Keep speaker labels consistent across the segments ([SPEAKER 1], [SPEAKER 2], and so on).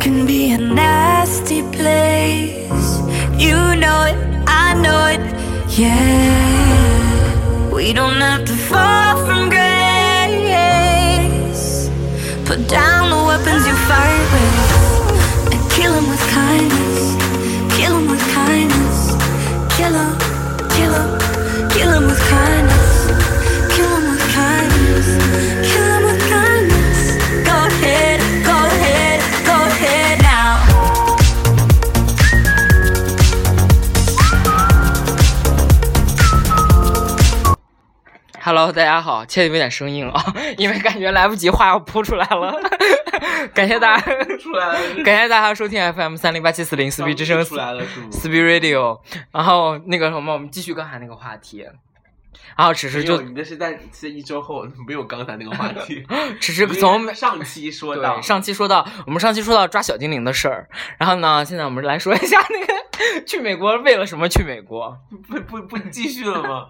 [SPEAKER 1] can be a nasty place. You know it, I know it, yeah. We don't have to fall from grace. Put down the weapons you fight with and kill 'em with kindness. Kill 'em with kindness. Kill 'em, kill 'em, kill 'em with kindness. Kill 'em with kindness. Kill 'em with kindness. Go ahead, go ahead, go ahead now.
[SPEAKER 2] Hello，大家好，歉有点生硬啊，因为感觉来不及话要扑出来了。 感谢大家，
[SPEAKER 3] 出来了，
[SPEAKER 2] 感谢大家收听 FM 三零八七四零四 B 之声
[SPEAKER 3] 出来了是吗？
[SPEAKER 2] 四 B Radio。然后那个什么，我们继续刚才那个话题。然后只是
[SPEAKER 3] 没
[SPEAKER 2] 就
[SPEAKER 3] 有，哎你这是在是一周后， 没有刚才那个话 题。
[SPEAKER 2] 只是从
[SPEAKER 3] 上期说到
[SPEAKER 2] 对，上期说到我们上期说到抓小精灵的事儿，然后呢，现在我们来说一下那个去美国为了什么去美国
[SPEAKER 3] 不不不继续了 吗？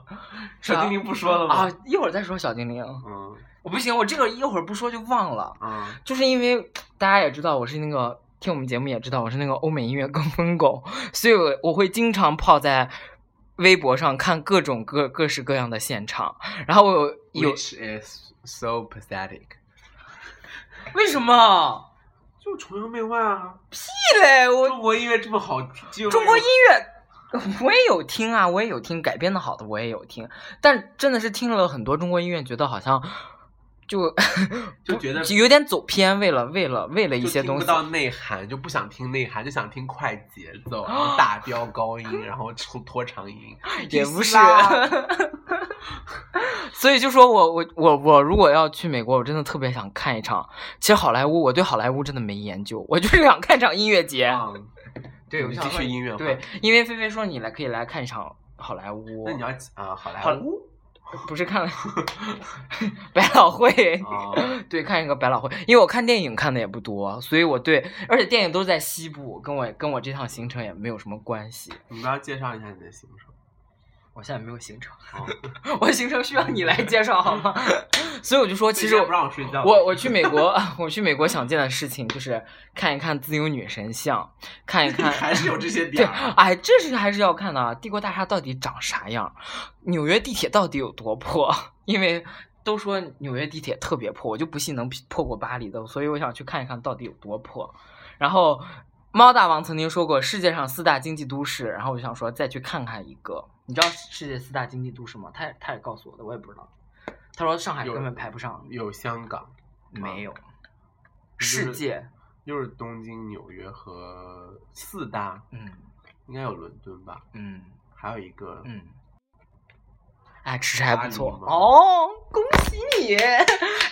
[SPEAKER 3] 小精灵不说了
[SPEAKER 2] 啊
[SPEAKER 3] 吗？？
[SPEAKER 2] 一会儿再说小精灵，
[SPEAKER 3] 嗯
[SPEAKER 2] 我不行，我这个一会儿不说就忘了。
[SPEAKER 3] 嗯，
[SPEAKER 2] 就是因为大家也知道我是那个听我们节目也知道我是那个欧美音乐跟风狗，所以我我会经常泡在微博上看各种各各式各样的现场，然后我有有
[SPEAKER 3] Which is so pathetic。
[SPEAKER 2] 为什么？
[SPEAKER 3] 就崇洋媚外啊！
[SPEAKER 2] 屁嘞！我
[SPEAKER 3] 中国音乐这么好听，只有
[SPEAKER 2] 中国音乐。我也有听啊，我也有听改编的好的，我也有听，但真的是听了很多中国音乐，觉得好像就
[SPEAKER 3] 就觉得
[SPEAKER 2] 不有点走偏，为了为了为了一
[SPEAKER 3] 就
[SPEAKER 2] 些
[SPEAKER 3] 听
[SPEAKER 2] 东
[SPEAKER 3] 不
[SPEAKER 2] 西，
[SPEAKER 3] 到内涵，就不想听内涵，就想听快节奏，然后大飙高 音，然后拖拖长音，啊
[SPEAKER 2] 也不是
[SPEAKER 3] 啦
[SPEAKER 2] 所以就说我我我我如果要去美国，我真的特别想看一场。其实好莱坞，我对好莱坞真的没研究，我就是想看场音乐节。
[SPEAKER 3] 嗯
[SPEAKER 2] 对，我
[SPEAKER 3] 你
[SPEAKER 2] 就想
[SPEAKER 3] 继
[SPEAKER 2] 说
[SPEAKER 3] 续音乐会
[SPEAKER 2] 对，因为菲菲说你来可以来看一场好莱坞，
[SPEAKER 3] 那你要啊，好莱
[SPEAKER 2] 好
[SPEAKER 3] 坞
[SPEAKER 2] 不是看了 百老汇。
[SPEAKER 3] 啊，
[SPEAKER 2] 对，看一个百老汇，因为我看电影看的也不多，所以我对，而且电影都是在西部，跟我跟我这趟行程也没有什么关系。
[SPEAKER 3] 你不要介绍一下你的行程
[SPEAKER 2] 我现在没有行程，
[SPEAKER 3] 哦
[SPEAKER 2] 我行程需要你来介绍好吗？ 所以我就说，其实
[SPEAKER 3] 你
[SPEAKER 2] 我
[SPEAKER 3] 不让我睡觉，
[SPEAKER 2] 我我去美国， 我去美国想见的事情就是看一看自由女神像，看一 看。
[SPEAKER 3] 还是有这些
[SPEAKER 2] 对，
[SPEAKER 3] 点啊儿。
[SPEAKER 2] 哎，这是还是要看的啊。帝国大厦到底长啥样？纽约地铁到底有多破？ 因为都说纽约地铁特别破，我就不信能破过巴黎的，所以我想去看一看到底有多破。然后，猫大王曾经说过世界上四大经济都市，然后我就想说再去看看一个。你知道世界四大经济都市吗？他也他也告诉我的，我也不知道。他说上海
[SPEAKER 3] 有
[SPEAKER 2] 根本排不上，
[SPEAKER 3] 有香港，
[SPEAKER 2] 没有。
[SPEAKER 3] 就是
[SPEAKER 2] 世界，
[SPEAKER 3] 又是东京、纽约和四大，
[SPEAKER 2] 嗯
[SPEAKER 3] 应该有伦敦吧，
[SPEAKER 2] 嗯
[SPEAKER 3] 还有一个
[SPEAKER 2] 嗯，哎，迟迟还
[SPEAKER 3] 巴
[SPEAKER 2] 不
[SPEAKER 3] 黎
[SPEAKER 2] 错
[SPEAKER 3] 吗
[SPEAKER 2] 哦，恭喜你！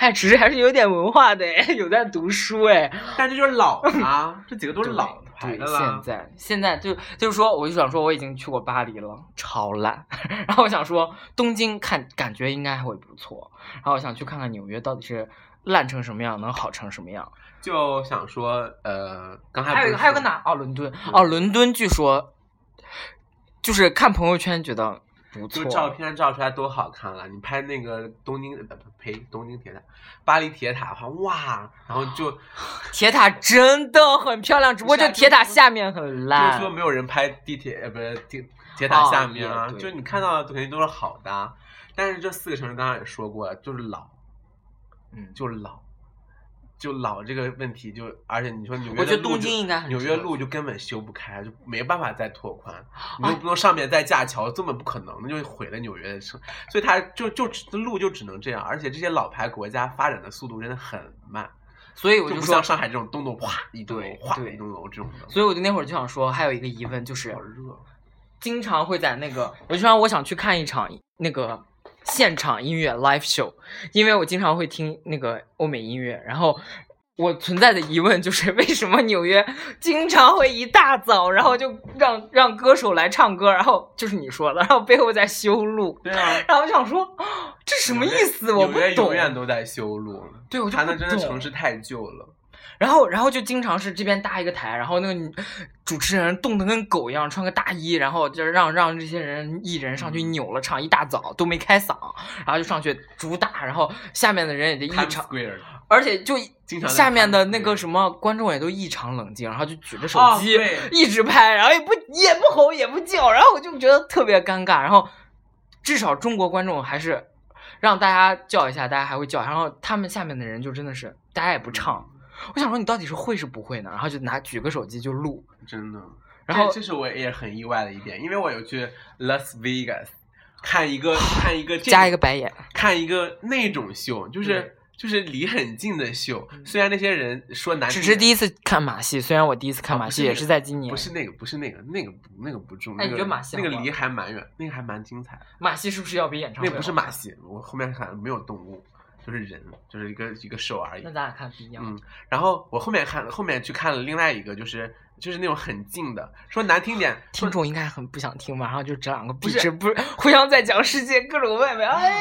[SPEAKER 2] 哎，迟迟还是有点文化的，哎，有在读书哎，
[SPEAKER 3] 但这就是老的 啊，这几个都是
[SPEAKER 2] 对
[SPEAKER 3] 老的牌
[SPEAKER 2] 对
[SPEAKER 3] 的，
[SPEAKER 2] 现
[SPEAKER 3] 啦。
[SPEAKER 2] 在现在就就是说，我就想说我已经去过巴黎了，超烂。 然后我想说东京看感觉应该还会不错，然后我想去看看纽约到底是烂成什么样，能好成什么样。
[SPEAKER 3] 就想说，呃，刚才
[SPEAKER 2] 还有一
[SPEAKER 3] 不
[SPEAKER 2] 个
[SPEAKER 3] 是
[SPEAKER 2] 还有个
[SPEAKER 3] 说
[SPEAKER 2] 哪？哦，伦敦哦，伦敦据说就是看朋友圈觉得不
[SPEAKER 3] 就
[SPEAKER 2] 错，啊
[SPEAKER 3] 照片照出来多好看了！你拍那个东京，呃不呸，东京铁塔，巴黎铁塔的话，哇，然后就
[SPEAKER 2] 铁塔真的很漂亮，只不过
[SPEAKER 3] 不是
[SPEAKER 2] 这
[SPEAKER 3] 啊
[SPEAKER 2] 铁塔下面很
[SPEAKER 3] 就是
[SPEAKER 2] 烂。
[SPEAKER 3] 说没有人拍地铁，呃，不是铁铁塔
[SPEAKER 2] 哦
[SPEAKER 3] 下面啊，
[SPEAKER 2] 也对
[SPEAKER 3] 就你看到的肯定都是好的啊，但是这四个城市刚刚也说过了，就是老，
[SPEAKER 2] 嗯，
[SPEAKER 3] 就老，就老这个问题就，而且你说纽约的路就，
[SPEAKER 2] 我觉得东京应该很
[SPEAKER 3] 纽
[SPEAKER 2] 值
[SPEAKER 3] 约
[SPEAKER 2] 得
[SPEAKER 3] 路就根本修不开，就没办法再拓 宽，你又不能上面再架桥，根本不可能，那就毁了纽约的城，所以它就就只路就只能这样，而且这些老牌国家发展的速度真的很慢，
[SPEAKER 2] 所以我
[SPEAKER 3] 就
[SPEAKER 2] 就
[SPEAKER 3] 不
[SPEAKER 2] 说
[SPEAKER 3] 像，上海这种栋栋哗一栋
[SPEAKER 2] 对
[SPEAKER 3] 楼哗
[SPEAKER 2] 对
[SPEAKER 3] 一栋楼这种的，
[SPEAKER 2] 所以我就那会儿就想说，还有一个疑问就是
[SPEAKER 3] 好，热。啊
[SPEAKER 2] 经常会在那个，我就说我想去看一场那个现场音乐 live show，因为我经常会听那个欧美音乐，然后。我存在的疑问就是，为什么纽约经常会一大早，然后就让让歌手来唱歌，然后就是你说的，然后背后在修路，
[SPEAKER 3] 对啊，
[SPEAKER 2] 然后我就想说，这什么意思？我不
[SPEAKER 3] 纽约
[SPEAKER 2] 懂。
[SPEAKER 3] 永远都在修路，
[SPEAKER 2] 对，我就
[SPEAKER 3] 它那
[SPEAKER 2] 不
[SPEAKER 3] 真的
[SPEAKER 2] 懂
[SPEAKER 3] 城市太旧了。
[SPEAKER 2] 然后，然后就经常是这边搭一个台，然后那个女主持人冻得跟狗一样，穿个大衣，然后就是让让这些人艺人上去
[SPEAKER 3] 嗯
[SPEAKER 2] 扭了唱，一大早都没开嗓，然后就上去主打，然后下面的人也就一
[SPEAKER 3] Times
[SPEAKER 2] 场，啊
[SPEAKER 3] Square
[SPEAKER 2] 而且就
[SPEAKER 3] 经常在
[SPEAKER 2] 下面
[SPEAKER 3] 看
[SPEAKER 2] 的那个
[SPEAKER 3] 对
[SPEAKER 2] 什么观众也都异常冷静，然后就举着手
[SPEAKER 3] 哦
[SPEAKER 2] 机、
[SPEAKER 3] 对
[SPEAKER 2] 一直拍，然后也不也不吼也不叫，然后我就觉得特别尴尬。然后至少中国观众还是让大家叫一下，大家还会叫。然后他们下面的人就真的是大家也不唱。我想说你到底是会是不会呢？然后就拿举个手机就录，
[SPEAKER 3] 真的。
[SPEAKER 2] 然
[SPEAKER 3] 这
[SPEAKER 2] 后
[SPEAKER 3] 这是我也很意外的一点，因为我有去 Las Vegas 看一个看一个
[SPEAKER 2] 啊
[SPEAKER 3] 这
[SPEAKER 2] 加一个白眼。
[SPEAKER 3] 看一个那种秀，就是
[SPEAKER 2] 对嗯
[SPEAKER 3] 就是离很近的秀。虽然那些人说难听
[SPEAKER 2] 只
[SPEAKER 3] 点，
[SPEAKER 2] 是第一次看马戏，虽然我第一次看
[SPEAKER 3] 哦
[SPEAKER 2] 马
[SPEAKER 3] 不
[SPEAKER 2] 戏
[SPEAKER 3] 是
[SPEAKER 2] 也
[SPEAKER 3] 那
[SPEAKER 2] 是
[SPEAKER 3] 个
[SPEAKER 2] 在今年。
[SPEAKER 3] 不是那个，不是那个，那个不那个不重。
[SPEAKER 2] 哎
[SPEAKER 3] 那
[SPEAKER 2] 你
[SPEAKER 3] 个
[SPEAKER 2] 觉得马戏
[SPEAKER 3] 那个
[SPEAKER 2] 好啊玩
[SPEAKER 3] 离
[SPEAKER 2] 吗
[SPEAKER 3] 还蛮远，那个还蛮精彩的。
[SPEAKER 2] 马戏是不是要比演唱
[SPEAKER 3] 那
[SPEAKER 2] 会？
[SPEAKER 3] 个不是马，戏，我后面看没有动物，就是人，就是一个一个手而已
[SPEAKER 2] 那。咱俩看不一样。
[SPEAKER 3] 嗯，然后我后面看后面去看了另外一个，就是就是那种很近的，说难听点，说
[SPEAKER 2] 听众应该很不想听，马上就这两个壁
[SPEAKER 3] 是
[SPEAKER 2] 纸不是互相在讲世界各种外面，哎，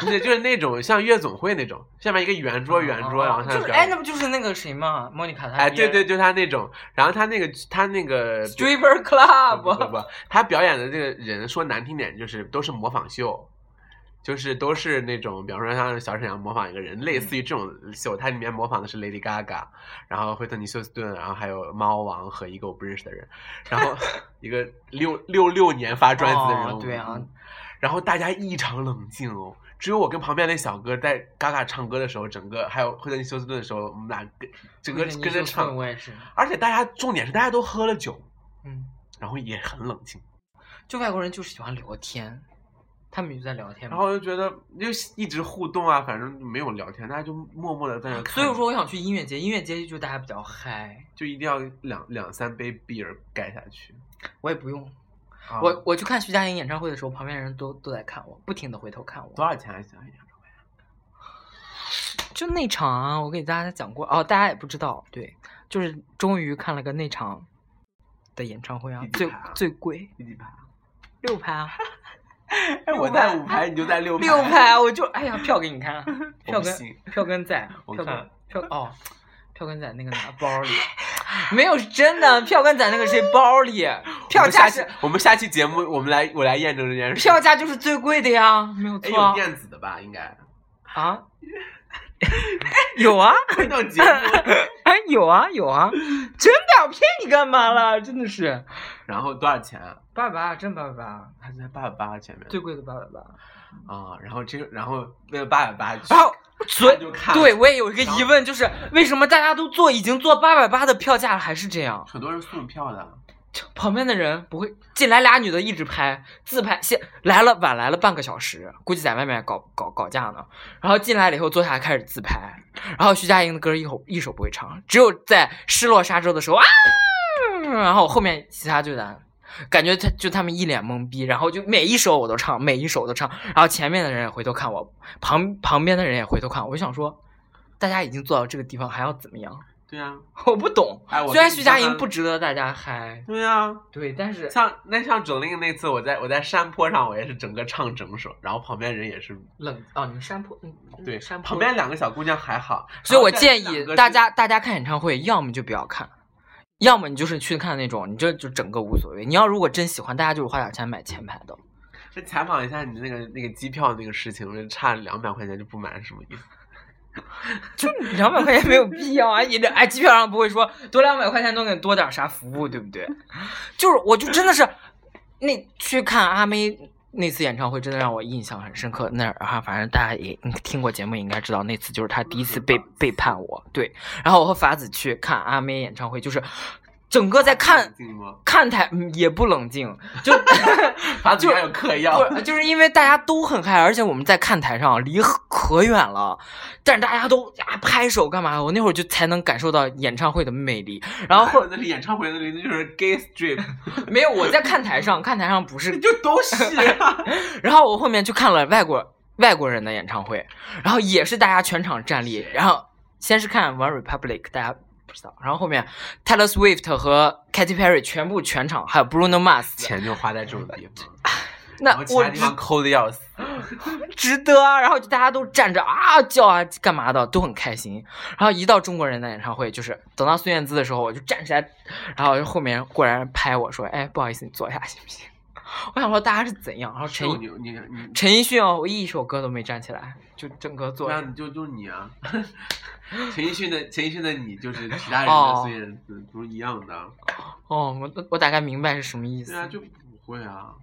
[SPEAKER 3] 不是，就是那种像夜总会那种，下面一个圆桌圆桌，然后上
[SPEAKER 2] 就
[SPEAKER 3] 面
[SPEAKER 2] 是
[SPEAKER 3] 表
[SPEAKER 2] 哎，
[SPEAKER 3] 演
[SPEAKER 2] 那不就是那个谁嘛，莫妮卡她
[SPEAKER 3] 哎，对对，就是他那种，然后他那个他那 个
[SPEAKER 2] ，Stripper
[SPEAKER 3] 不不
[SPEAKER 2] Club，
[SPEAKER 3] 不，他表演的这个人说难听点就是都是模仿秀，就是都是那种，比方说像小沈阳模仿一个人，类似于这种秀，它里面模仿的是 Lady Gaga，然后惠特尼休斯顿，然后还有猫王和一个我不认识的人，然 后一个六六六年发专辑的人
[SPEAKER 2] 哦
[SPEAKER 3] 物，
[SPEAKER 2] 对啊
[SPEAKER 3] 嗯，然后大家异常冷静哦。只有我跟旁边那小哥在嘎嘎唱歌的时候，整个还有惠特尼休斯顿的时候，我们俩跟 整个跟着唱，
[SPEAKER 2] 我也是，
[SPEAKER 3] 而且大家重点是大家都喝了酒，
[SPEAKER 2] 嗯，
[SPEAKER 3] 然后也很冷静。
[SPEAKER 2] 就外国人就是喜欢聊天，他们就在聊天嘛
[SPEAKER 3] 然后我就觉得就一直互动啊，反正没有聊天，大家就默默的在那看。
[SPEAKER 2] 所以我说我想去音乐节，音乐节就大家比较嗨，
[SPEAKER 3] 就一定要两两三杯 beer 盖下去。
[SPEAKER 2] 我也不用，
[SPEAKER 3] 啊
[SPEAKER 2] 我我去看徐佳莹演唱会的时候，旁边人都都在看我，不停的回头看我，
[SPEAKER 3] 多少钱啊？想一想，
[SPEAKER 2] 就内场啊，我给大家讲过哦，大家也不知道，对，就是终于看了个内场的演唱会啊
[SPEAKER 3] 第，几
[SPEAKER 2] 最
[SPEAKER 3] 排啊
[SPEAKER 2] 最贵
[SPEAKER 3] 第几排？
[SPEAKER 2] 六排啊，
[SPEAKER 3] 哎， 我在五排，你就在六排。
[SPEAKER 2] 六排啊，我就哎呀，票给你 看，票
[SPEAKER 3] 不
[SPEAKER 2] 根
[SPEAKER 3] 信
[SPEAKER 2] 票根在，
[SPEAKER 3] 我
[SPEAKER 2] 票根
[SPEAKER 3] 看
[SPEAKER 2] 票哦，票根在那个哪包里，没有是真的，票根在那个谁包里，
[SPEAKER 3] 我
[SPEAKER 2] 票
[SPEAKER 3] 们
[SPEAKER 2] 价
[SPEAKER 3] 下期
[SPEAKER 2] 是
[SPEAKER 3] 我们下期节目，我们来我来验证这件事。
[SPEAKER 2] 票价就是最贵的呀，没有
[SPEAKER 3] 哎，
[SPEAKER 2] 错
[SPEAKER 3] 有
[SPEAKER 2] 啊
[SPEAKER 3] 电子的吧？应该。
[SPEAKER 2] 啊，有啊。
[SPEAKER 3] 回到节目，
[SPEAKER 2] 哎，有啊有啊，真的，我骗你干嘛了？真的是
[SPEAKER 3] 然后多少钱啊？
[SPEAKER 2] 八百八，真八百八，
[SPEAKER 3] 他在八百八前面。
[SPEAKER 2] 最贵的八百八。
[SPEAKER 3] 啊，然后这个，然后为了八百八去，
[SPEAKER 2] 然 后，所以
[SPEAKER 3] 就看
[SPEAKER 2] 对我也有一个
[SPEAKER 3] 然
[SPEAKER 2] 疑
[SPEAKER 3] 后
[SPEAKER 2] 问，就是为什么大家都做已经做八百八的票价了，还是这样？
[SPEAKER 3] 很多人送票的。
[SPEAKER 2] 就旁边的人不会进来俩女的一直拍自拍，先来了晚来了半个小时，估计在外面搞搞搞架呢。然后进来了以后坐下来开始自拍，然后徐佳莹的歌一首一首不会唱，只有在失落沙洲的时候啊，然后后面其他就在。感觉他就他们一脸懵逼，然后就每一首我都唱，每一首都唱，然后前面的人也回头看我，旁旁边的人也回头看我，我就想说，大家已经做到这个地方还要怎么样？
[SPEAKER 3] 对啊，
[SPEAKER 2] 我不懂。
[SPEAKER 3] 哎，我
[SPEAKER 2] 虽然
[SPEAKER 3] 跟你
[SPEAKER 2] 徐佳
[SPEAKER 3] 说
[SPEAKER 2] 莹
[SPEAKER 3] 他
[SPEAKER 2] 不。值得大家嗨，
[SPEAKER 3] 对啊，
[SPEAKER 2] 对，但是
[SPEAKER 3] 像那像整令那次，我在我在山坡上，我也是整个唱整首，然后旁边人也是
[SPEAKER 2] 冷哦，你们山坡，嗯，
[SPEAKER 3] 对，
[SPEAKER 2] 山坡
[SPEAKER 3] 旁边两个小姑娘还好，
[SPEAKER 2] 所以我
[SPEAKER 3] 然后
[SPEAKER 2] 建
[SPEAKER 3] 但是
[SPEAKER 2] 议
[SPEAKER 3] 两个
[SPEAKER 2] 大
[SPEAKER 3] 是
[SPEAKER 2] 家，大家看演唱会，要么就不要看，要么你就是去看那种，你这就整个无所谓。你要如果真喜欢，大家就是花点钱买前排的。
[SPEAKER 3] 是采访一下你那个那个机票那个事情，我觉得差两百块钱就不买是什么意思？
[SPEAKER 2] 就两百块钱没有必要啊！你这哎，机票上不会说多两百块钱能给你多点啥服务，对不对？就是，我就真的是那去看阿妹那次演唱会，真的让我印象很深刻。那啊，反正大家也应听过节目，也应该知道那次就是她第一次背背叛我。对，然后我和法子去看阿妹演唱会，就是整个在看
[SPEAKER 3] 进吗？
[SPEAKER 2] 看台嗯也不冷静，就
[SPEAKER 3] 法子
[SPEAKER 2] 就
[SPEAKER 3] 还有嗑药，
[SPEAKER 2] 不是，就是因为大家都很嗨，而且我们在看台上离可可远了，但是大家都呀拍手干嘛？我那会儿就才能感受到演唱会的魅力。然后后
[SPEAKER 3] 后那是演唱会，那里那就是 gay strip，
[SPEAKER 2] 没有我在看台上， 看台上不是
[SPEAKER 3] 就都是 啊
[SPEAKER 2] 然后我后面去看了外国外国人的演唱会，然后也是大家全场站立，然后先是看 One Republic，大家不知道，然后后面 Taylor Swift 和 Katy Perry 全部全场，还有 Bruno Mars，
[SPEAKER 3] 钱就花在这种地方，
[SPEAKER 2] 那
[SPEAKER 3] 然后其
[SPEAKER 2] 我
[SPEAKER 3] 他地
[SPEAKER 2] 知
[SPEAKER 3] 方抠的要死。
[SPEAKER 2] 值得啊，然后就大家都站着啊叫啊干嘛的都很开心。然后一到中国人的演唱会，就是等到孙燕姿的时候，我就站起来，然后后面过来人拍我说：“哎，不好意思，你坐下行不行？”我想说大家是怎样？然后
[SPEAKER 3] 是
[SPEAKER 2] 陈
[SPEAKER 3] 有
[SPEAKER 2] 奕
[SPEAKER 3] 你你你，
[SPEAKER 2] 陈奕迅哦，我一首歌都没站起来，就整个坐
[SPEAKER 3] 那
[SPEAKER 2] 着。
[SPEAKER 3] 你就就是你啊， 陈奕迅的陈奕迅的你就是其他人
[SPEAKER 2] 哦
[SPEAKER 3] 的虽然嗯都是一样的，
[SPEAKER 2] 哦，我我大概明白是什么意思
[SPEAKER 3] 对。啊，就不会啊，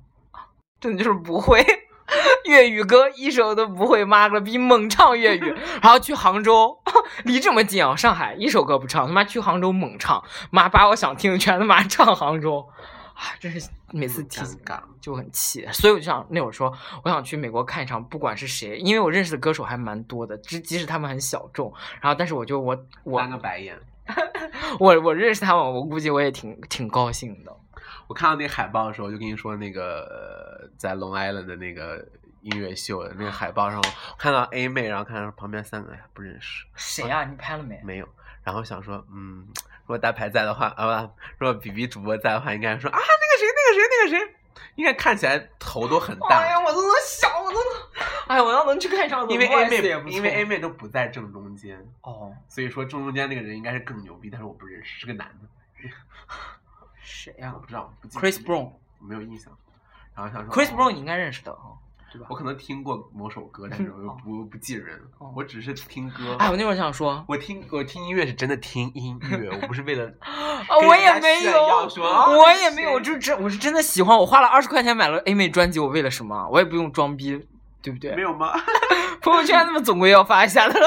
[SPEAKER 2] 真的就是不会 粤语歌，一首都不会，妈了逼猛唱粤语，然后去杭州， 离这么近啊，上海一首歌不唱，他妈去杭州猛唱，妈把我想听的全他妈唱杭州，啊，真是每次提
[SPEAKER 3] 尴尬。
[SPEAKER 2] 就很气，所以我就想那会儿说，我想去美国看一场，不管是谁，因为我认识的歌手还蛮多的，即即使他们很小众，然后但是我就我我
[SPEAKER 3] 翻个白眼。
[SPEAKER 2] 我我认识他们，我估计我也挺挺高兴的，
[SPEAKER 3] 我看到那个海报的时候，就跟你说那个呃在 Long Island 的那个音乐秀的那个海报上，我看到 A 妹，然后看到旁边三个哎不认识，
[SPEAKER 2] 谁啊？你拍了没？
[SPEAKER 3] 没有，然后想说，嗯，如果大牌在的话，啊，如果 B B 主播在的话，应该说啊，那个谁，那个谁，那个谁。应该看起来头都很
[SPEAKER 2] 哎
[SPEAKER 3] 大，
[SPEAKER 2] 呀，我都能想，我都能，哎，我要能去看一场，
[SPEAKER 3] 因为 A
[SPEAKER 2] 也不
[SPEAKER 3] 妹，
[SPEAKER 2] 错
[SPEAKER 3] 因为 A 妹都不在正中间，
[SPEAKER 2] 哦，
[SPEAKER 3] 所以说正中间那个人应该是更牛逼，但是我不认识，是个男的，
[SPEAKER 2] 谁呀、
[SPEAKER 3] 哎我不知道不记得
[SPEAKER 2] Chris Brown
[SPEAKER 3] 没有印象。然后想说
[SPEAKER 2] c h r i s
[SPEAKER 3] 哦
[SPEAKER 2] Brown 你应该认识的哦，对吧
[SPEAKER 3] 我？可能听过某首歌， 但是我又不不记人
[SPEAKER 2] 哦，
[SPEAKER 3] 我只是听歌。
[SPEAKER 2] 哎，我那会儿想说，
[SPEAKER 3] 我听我听音乐是真的听 音乐，我不是为了
[SPEAKER 2] 啊，我也没
[SPEAKER 3] 炫
[SPEAKER 2] 有
[SPEAKER 3] 耀，说啊
[SPEAKER 2] 我也没有，
[SPEAKER 3] 谁
[SPEAKER 2] 我就真我是真的喜欢，我花了二十块钱买了 A 妹专辑，我为了什么？啊我也不用装逼，对不
[SPEAKER 3] 没
[SPEAKER 2] 对？
[SPEAKER 3] 有 吗？
[SPEAKER 2] 朋友圈他们总归要发一下的。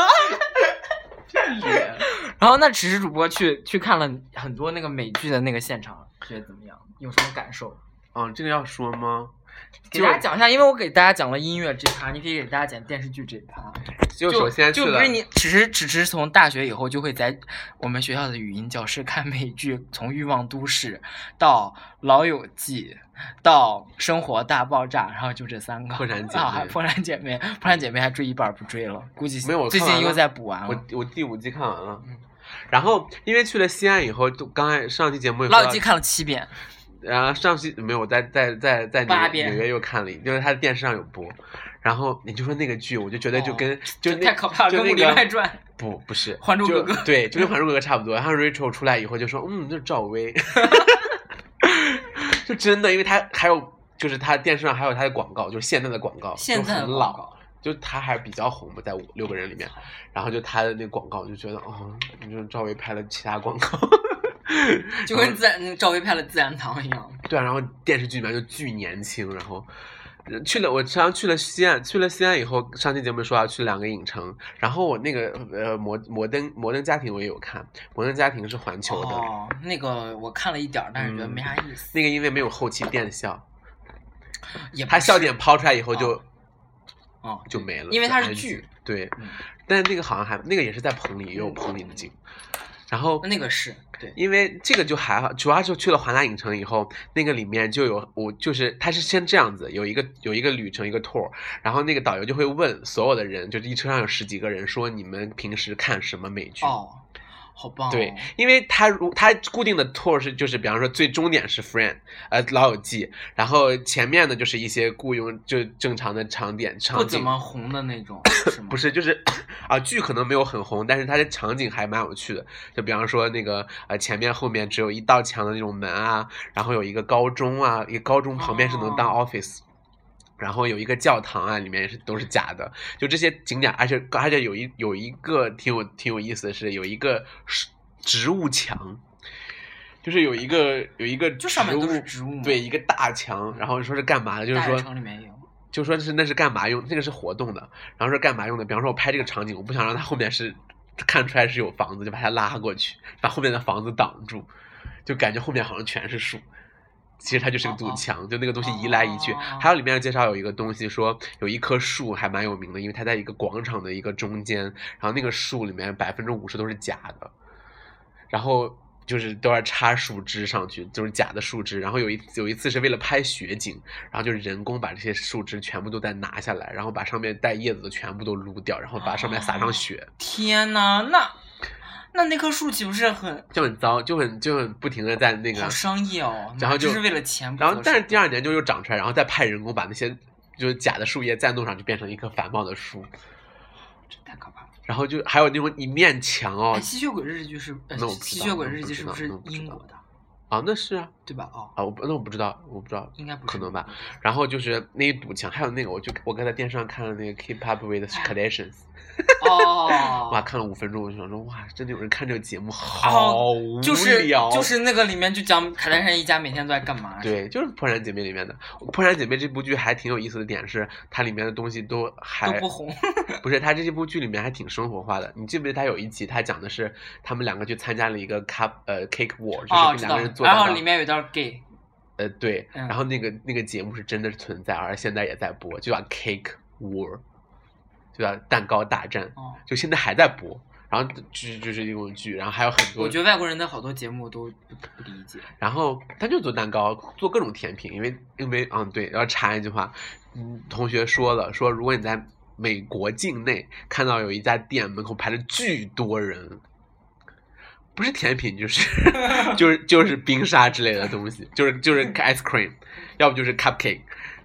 [SPEAKER 3] 骗脸。
[SPEAKER 2] 然后那只是主播去去看了很多那个美剧的那个现场，觉得怎么样？有什么感受？
[SPEAKER 3] 嗯，这个要说吗？
[SPEAKER 2] 给
[SPEAKER 3] 就
[SPEAKER 2] 大家讲一下，因为我给大家讲了音乐这一趴，你可以给大家讲电视剧这一趴。
[SPEAKER 3] 就首先去
[SPEAKER 2] 就不
[SPEAKER 3] 了
[SPEAKER 2] 是你，只是只是从大学以后就会在我们学校的语音教室看美剧，从《欲望都市》到《老友记》到《生活大爆炸》，然后就这三个。
[SPEAKER 3] 破产姐妹
[SPEAKER 2] 啊，破产姐妹，破产姐妹还追一半儿不追了，估计
[SPEAKER 3] 没有我
[SPEAKER 2] 最
[SPEAKER 3] 看
[SPEAKER 2] 近
[SPEAKER 3] 完
[SPEAKER 2] 又
[SPEAKER 3] 了
[SPEAKER 2] 在补完了。
[SPEAKER 3] 我我第五季看完了
[SPEAKER 2] 啊嗯。
[SPEAKER 3] 然后，因为去了西安以后，就刚才上期节目也
[SPEAKER 2] 老
[SPEAKER 3] 说
[SPEAKER 2] 友
[SPEAKER 3] 到
[SPEAKER 2] 记看了七遍，
[SPEAKER 3] 然后上期没有，我在在在在纽
[SPEAKER 2] 八
[SPEAKER 3] 纽
[SPEAKER 2] 遍
[SPEAKER 3] 约又看了一，就是他的电视上有播。然后你就说那个剧，我就觉得就
[SPEAKER 2] 哦
[SPEAKER 3] 跟、就
[SPEAKER 2] 这
[SPEAKER 3] 那
[SPEAKER 2] 太可怕了，
[SPEAKER 3] 就
[SPEAKER 2] 跟《
[SPEAKER 3] 那
[SPEAKER 2] 武林
[SPEAKER 3] 个
[SPEAKER 2] 外传
[SPEAKER 3] 不不是《
[SPEAKER 2] 还珠格格
[SPEAKER 3] 就对，就跟《还珠格格》差不多。然后 Rachel 出来以后就说，嗯，这是赵薇， 就真的，因为他还有就是他电视上还有他的广告，就是现在的广告，》
[SPEAKER 2] 现在
[SPEAKER 3] 就
[SPEAKER 2] 的
[SPEAKER 3] 很
[SPEAKER 2] 广
[SPEAKER 3] 老，
[SPEAKER 2] 告。
[SPEAKER 3] 就他还比较红嘛，在五六个人里面，然后就他的那广告，我就觉得哦，就是赵薇拍了其他广告，
[SPEAKER 2] 就
[SPEAKER 3] 嗯
[SPEAKER 2] 跟自然赵薇拍了《自然堂》一样，
[SPEAKER 3] 对啊，然后电视剧里面就巨年轻，然后。呃去了，我常常去了西安，去了西安以后，上期节目说要去两个影城，然后我那个呃摩摩登摩登家庭我也有看，摩登家庭是环球的，
[SPEAKER 2] 哦，那个我看了一点儿，但是觉得
[SPEAKER 3] 嗯
[SPEAKER 2] 没啥意思。
[SPEAKER 3] 那个因为没有后期变笑，
[SPEAKER 2] 也不
[SPEAKER 3] 他笑
[SPEAKER 2] 是
[SPEAKER 3] 点抛出来以后就、
[SPEAKER 2] 哦，
[SPEAKER 3] 就没了，
[SPEAKER 2] 因为它
[SPEAKER 3] 就是安
[SPEAKER 2] 剧
[SPEAKER 3] 静，对，
[SPEAKER 2] 嗯
[SPEAKER 3] 但那个好像还那个也是在棚里，也有棚里的景，然后
[SPEAKER 2] 嗯那个是对，
[SPEAKER 3] 因为这个就还好，主要是去了华南影城以后，那个里面就有我就是它是先这样子，有一个有一个旅程一个 tour，然后那个导游就会问所有的人，就是一车上有十几个人，说你们平时看什么美剧？
[SPEAKER 2] 哦，好棒、哦，
[SPEAKER 3] 对，因为他如他固定的 tour 是就是，比方说最终点是 Friend，呃老友记，然后前面呢就是一些雇佣就正常的场点场
[SPEAKER 2] 不
[SPEAKER 3] 景，
[SPEAKER 2] 怎么红的那 种，是吗？
[SPEAKER 3] 不是，就是啊，剧可能没有很红，但是它的场景还蛮有趣的。就比方说那个呃，前面后面只有一道墙的那种门啊，然后有一个高中啊，一个高中旁边是能
[SPEAKER 2] 哦
[SPEAKER 3] 当 office，、然后有一个教堂啊，里面也是都是假的。就这些景点，而且而且有一有一个挺有挺有意思的是，有一个是植物墙。就是有一个有一个
[SPEAKER 2] 就上面都是植物嘛
[SPEAKER 3] 对一个大墙，然后说是干嘛的？就是
[SPEAKER 2] 大
[SPEAKER 3] 说
[SPEAKER 2] 悦城里面也有，
[SPEAKER 3] 就说是那是干嘛用，那个是活动的，然后说干嘛用的？比方说我拍这个场景，我不想让它后面是看出来是有房子，就把它拉过去，把后面的房子挡住，就感觉后面好像全是树。其实它就是个堵墙，就那个东西移来移去。
[SPEAKER 2] 哦
[SPEAKER 3] 还有里面介绍有一个东西说，有一棵树还蛮有名的，因为它在一个广场的一个中间，然后那个树里面百分之五十都是假的，然后就是都要插树枝上去，就是假的树枝。然后有一有一次是为了拍雪景，然后就是人工把这些树枝全部都再拿下来，然后把上面带叶子的全部都撸掉，然后把上面撒上雪，
[SPEAKER 2] 啊天呐，那那那棵树岂不是很
[SPEAKER 3] 就很糟，就很就很不停的在那个
[SPEAKER 2] 好商业哦？
[SPEAKER 3] 然后就
[SPEAKER 2] 就是为了钱不择
[SPEAKER 3] 然
[SPEAKER 2] 手
[SPEAKER 3] 后，
[SPEAKER 2] 段，
[SPEAKER 3] 但是第二年就又长出来，然后再派人工把那些就是假的树叶再弄上去，变成一棵繁茂的树。
[SPEAKER 2] 这太可怕了。
[SPEAKER 3] 然后就还有那种一面墙哦
[SPEAKER 2] 哎，吸血鬼日记是呃
[SPEAKER 3] 那我不知道
[SPEAKER 2] 吸血鬼日记
[SPEAKER 3] 那
[SPEAKER 2] 是
[SPEAKER 3] 我不知道
[SPEAKER 2] 是
[SPEAKER 3] 那我不知
[SPEAKER 2] 英
[SPEAKER 3] 道
[SPEAKER 2] 国的？
[SPEAKER 3] 啊，那是啊，
[SPEAKER 2] 对吧？哦，
[SPEAKER 3] 啊，我不那我不知道，我不知道，
[SPEAKER 2] 应该不是
[SPEAKER 3] 可能吧。然后就是那一堵墙，还有那个，我就我刚才电视上看了那个 Keep Up with Kardashians，
[SPEAKER 2] 哦，
[SPEAKER 3] 哇，看了五分钟，我就想说，哇，真的有人看这个节目，好
[SPEAKER 2] 哦
[SPEAKER 3] 无
[SPEAKER 2] 就是
[SPEAKER 3] 聊，
[SPEAKER 2] 就是那个里面就讲卡戴珊一家每天都在干嘛？，
[SPEAKER 3] 对，就是《破产姐妹》里面的《破产姐妹》这部剧还挺有意思的点是，它里面的东西都
[SPEAKER 2] 都
[SPEAKER 3] 还
[SPEAKER 2] 不红。
[SPEAKER 3] 不是它这部剧里面还挺生活化的。你记不记得它有一集，它讲的是他们两个去参加了一个 cup 呃 cake war，
[SPEAKER 2] 哦，
[SPEAKER 3] 就是
[SPEAKER 2] 知
[SPEAKER 3] 两
[SPEAKER 2] 道
[SPEAKER 3] 个人
[SPEAKER 2] 了。
[SPEAKER 3] 做蛋
[SPEAKER 2] 然
[SPEAKER 3] 糕。
[SPEAKER 2] 后里面有一段 gay，
[SPEAKER 3] 呃对，
[SPEAKER 2] 嗯
[SPEAKER 3] 然后那个那个节目是真的存在，而现在也在播，就叫 cake war，就叫蛋糕大战，
[SPEAKER 2] 哦，
[SPEAKER 3] 就现在还在播。然后就是就是一种剧，然后还有很多。
[SPEAKER 2] 我觉得外国人的好多节目我都不不理解。
[SPEAKER 3] 然后他就做蛋糕，做各种甜品，因为因为嗯对，要插一句话，嗯，同学说了，说如果你在美国境内看到有一家店门口排了巨多人，不是甜品就是 就是就是冰沙之类的东西，就是就是 ice cream，要不就是 cupcake，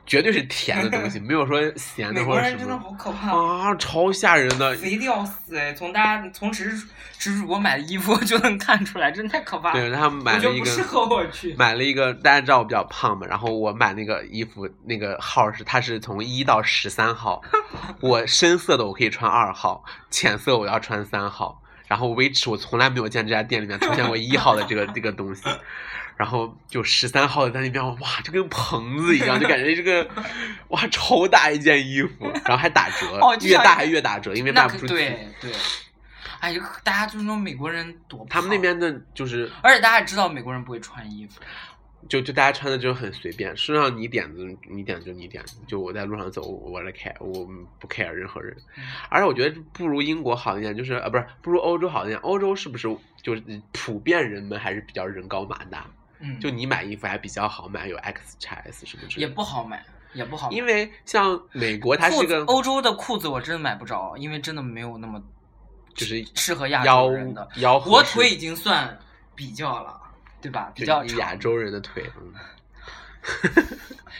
[SPEAKER 3] 绝对是甜的东西，没有说咸的
[SPEAKER 2] 美
[SPEAKER 3] 或
[SPEAKER 2] 国
[SPEAKER 3] 者
[SPEAKER 2] 人
[SPEAKER 3] 什
[SPEAKER 2] 真的
[SPEAKER 3] 么
[SPEAKER 2] 好可怕。
[SPEAKER 3] 啊，超吓人的。
[SPEAKER 2] 肥的要死哎！从大家从只是只主播买的衣服 就能看出来，真的太可怕了。
[SPEAKER 3] 对，他们买
[SPEAKER 2] 我觉
[SPEAKER 3] 了
[SPEAKER 2] 得
[SPEAKER 3] 一
[SPEAKER 2] 不
[SPEAKER 3] 个
[SPEAKER 2] 适合我去。
[SPEAKER 3] 买了一个，大家知道我比较胖嘛，然后我买那个衣服那个号是，它是从一到十三号， 我深色的我可以穿二号，浅色我要穿三号，然后维持我从来没有见这家店里面出现过一号的 这个这个东西，然后就十三号的在那边哇，就跟棚子一样，就感觉这个哇超大一件衣服，然后还打折，
[SPEAKER 2] 哦就
[SPEAKER 3] 越
[SPEAKER 2] 像
[SPEAKER 3] 大还越打折，因为卖
[SPEAKER 2] 那
[SPEAKER 3] 不
[SPEAKER 2] 可
[SPEAKER 3] 出去。
[SPEAKER 2] 对对，哎，大家就是那种美国人多
[SPEAKER 3] 他们那
[SPEAKER 2] 胖，
[SPEAKER 3] 边的就是
[SPEAKER 2] 而且大家也知道美国人不会穿衣服，
[SPEAKER 3] 就就大家穿的就很随便，身上你点子你点就你点，就我在路上走，我我来 care，我不 care 任何人
[SPEAKER 2] 嗯。
[SPEAKER 3] 而且我觉得不如英国好一点，就是呃不是不如欧洲好一点，欧洲是不是就是普遍人们还是比较人高马大？
[SPEAKER 2] 嗯，
[SPEAKER 3] 就你买衣服还比较好买，有 X 叉 S 什么之类
[SPEAKER 2] 也
[SPEAKER 3] 的。
[SPEAKER 2] 不好买，也不好买。
[SPEAKER 3] 因为像美国，它
[SPEAKER 2] 裤
[SPEAKER 3] 是
[SPEAKER 2] 子
[SPEAKER 3] 个
[SPEAKER 2] 欧洲的裤子我真的买不着，因为真的没有那么
[SPEAKER 3] 就是
[SPEAKER 2] 适合亚
[SPEAKER 3] 腰
[SPEAKER 2] 洲人的。
[SPEAKER 3] 腰合
[SPEAKER 2] 我
[SPEAKER 3] 适
[SPEAKER 2] 腿已经算比较了，对吧？比
[SPEAKER 3] 就
[SPEAKER 2] 较
[SPEAKER 3] 亚
[SPEAKER 2] 长。
[SPEAKER 3] 洲人的腿，嗯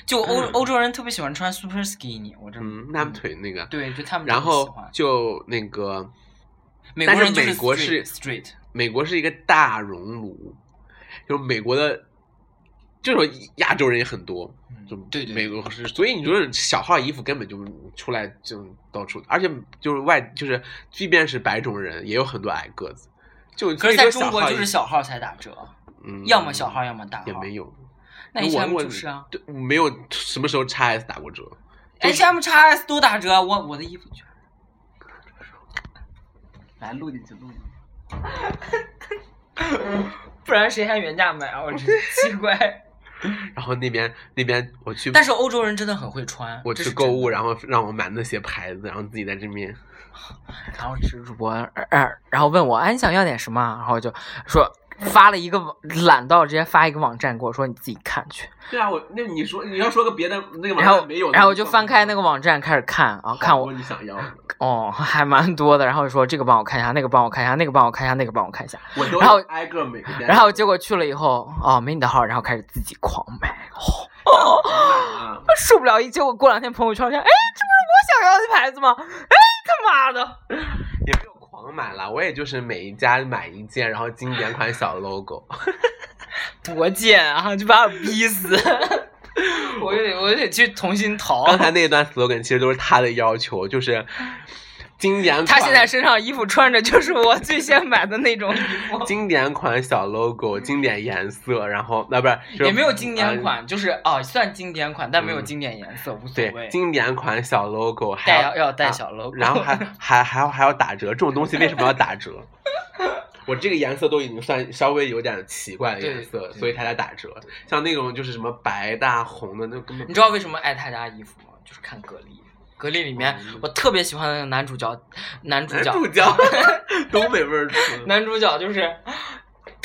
[SPEAKER 2] 就欧欧洲人特别喜欢穿 super skinny，我真
[SPEAKER 3] 嗯，他们腿那个。
[SPEAKER 2] 对，就他们
[SPEAKER 3] 然
[SPEAKER 2] 特别喜
[SPEAKER 3] 后
[SPEAKER 2] 欢
[SPEAKER 3] 就那个
[SPEAKER 2] 美
[SPEAKER 3] 但
[SPEAKER 2] 国
[SPEAKER 3] 是
[SPEAKER 2] 人就
[SPEAKER 3] 美国是
[SPEAKER 2] straight- straight，
[SPEAKER 3] 美国是一个大熔炉，就是美国的这种亚洲人也很多，
[SPEAKER 2] 嗯
[SPEAKER 3] 就
[SPEAKER 2] 对对
[SPEAKER 3] 美国是，所以你说小号衣服根本就出来就到处，而且就是外就是即便是白种人也有很多矮个子，就
[SPEAKER 2] 可是
[SPEAKER 3] 所
[SPEAKER 2] 在
[SPEAKER 3] 以说
[SPEAKER 2] 中国
[SPEAKER 3] 小号
[SPEAKER 2] 就是
[SPEAKER 3] 衣
[SPEAKER 2] 小号才打折，
[SPEAKER 3] 嗯，
[SPEAKER 2] 要么小号，要么大号。
[SPEAKER 3] 也没有，
[SPEAKER 2] 那 H
[SPEAKER 3] 我
[SPEAKER 2] M
[SPEAKER 3] 我
[SPEAKER 2] 就是啊
[SPEAKER 3] 对没有什么时候 x S 打过折，
[SPEAKER 2] ，H M x S 都打折，我我的衣服全。来录进去录进去。 不然谁还原价买啊？我真是奇 怪。
[SPEAKER 3] 然后那边那边我去，
[SPEAKER 2] 但是欧洲人真的很会穿，
[SPEAKER 3] 我
[SPEAKER 2] 这
[SPEAKER 3] 去
[SPEAKER 2] 是
[SPEAKER 3] 购物，
[SPEAKER 2] 真的
[SPEAKER 3] 然后让我买那些牌子，然后自己在这边。
[SPEAKER 2] 然后是主播，呃呃然后问我，哎，你想要点什么啊？然后就说发了一个网，懒到直接发一个网站给我说你自己看去。
[SPEAKER 3] 对啊，我那你说你要说个别的那个网
[SPEAKER 2] 然后
[SPEAKER 3] 站没有，
[SPEAKER 2] 然后我就翻开那
[SPEAKER 3] 个。
[SPEAKER 2] 个网站开始看啊，看
[SPEAKER 3] 好
[SPEAKER 2] 我
[SPEAKER 3] 多你想要的，
[SPEAKER 2] 哦还蛮多的，然后说这个帮我看一下，那个帮我看一下，那个帮我看一下，那个帮我看一下，
[SPEAKER 3] 我都
[SPEAKER 2] 然后
[SPEAKER 3] 挨个每个店
[SPEAKER 2] 然后结果去了以后，哦没你的号，然后开始自己狂买，哦
[SPEAKER 3] 啊，
[SPEAKER 2] 受不了一，结果过两天朋友圈看，哎这不是我想要的牌子吗？哎他妈的，
[SPEAKER 3] 也没有狂买啦，我也就是每一家买一件，然后经典款小 logo。
[SPEAKER 2] 多贱啊，就把我逼死， 我就得我就得去重新淘。
[SPEAKER 3] 刚才那段 slogan 其实都是他的要求，就是经典款。，
[SPEAKER 2] 他现在身上衣服穿着就是我最先买的那种衣服
[SPEAKER 3] 经典款小 logo，经典颜色，然后啊那不是就是
[SPEAKER 2] 也没有经典
[SPEAKER 3] 呃
[SPEAKER 2] 款，就是哦算经典款，但没有
[SPEAKER 3] 嗯
[SPEAKER 2] 经典颜色，无所谓
[SPEAKER 3] 对，。经典款小 logo，还
[SPEAKER 2] 带
[SPEAKER 3] 要
[SPEAKER 2] 要要带
[SPEAKER 3] 啊
[SPEAKER 2] 小 logo，
[SPEAKER 3] 然后还还还要还要打折，这种东西为什么要 打折？我这个颜色都已经算稍微有点奇怪的颜色，
[SPEAKER 2] 对
[SPEAKER 3] 所以它才打折。像那种就是什么白大红的，那根本
[SPEAKER 2] 你知道为什么爱他家衣服吗？就是看格力，格力里面
[SPEAKER 3] 嗯
[SPEAKER 2] 我特别喜欢的那个男主角，男主
[SPEAKER 3] 男
[SPEAKER 2] 角，
[SPEAKER 3] 主角东北味儿出来。
[SPEAKER 2] 男主角就是。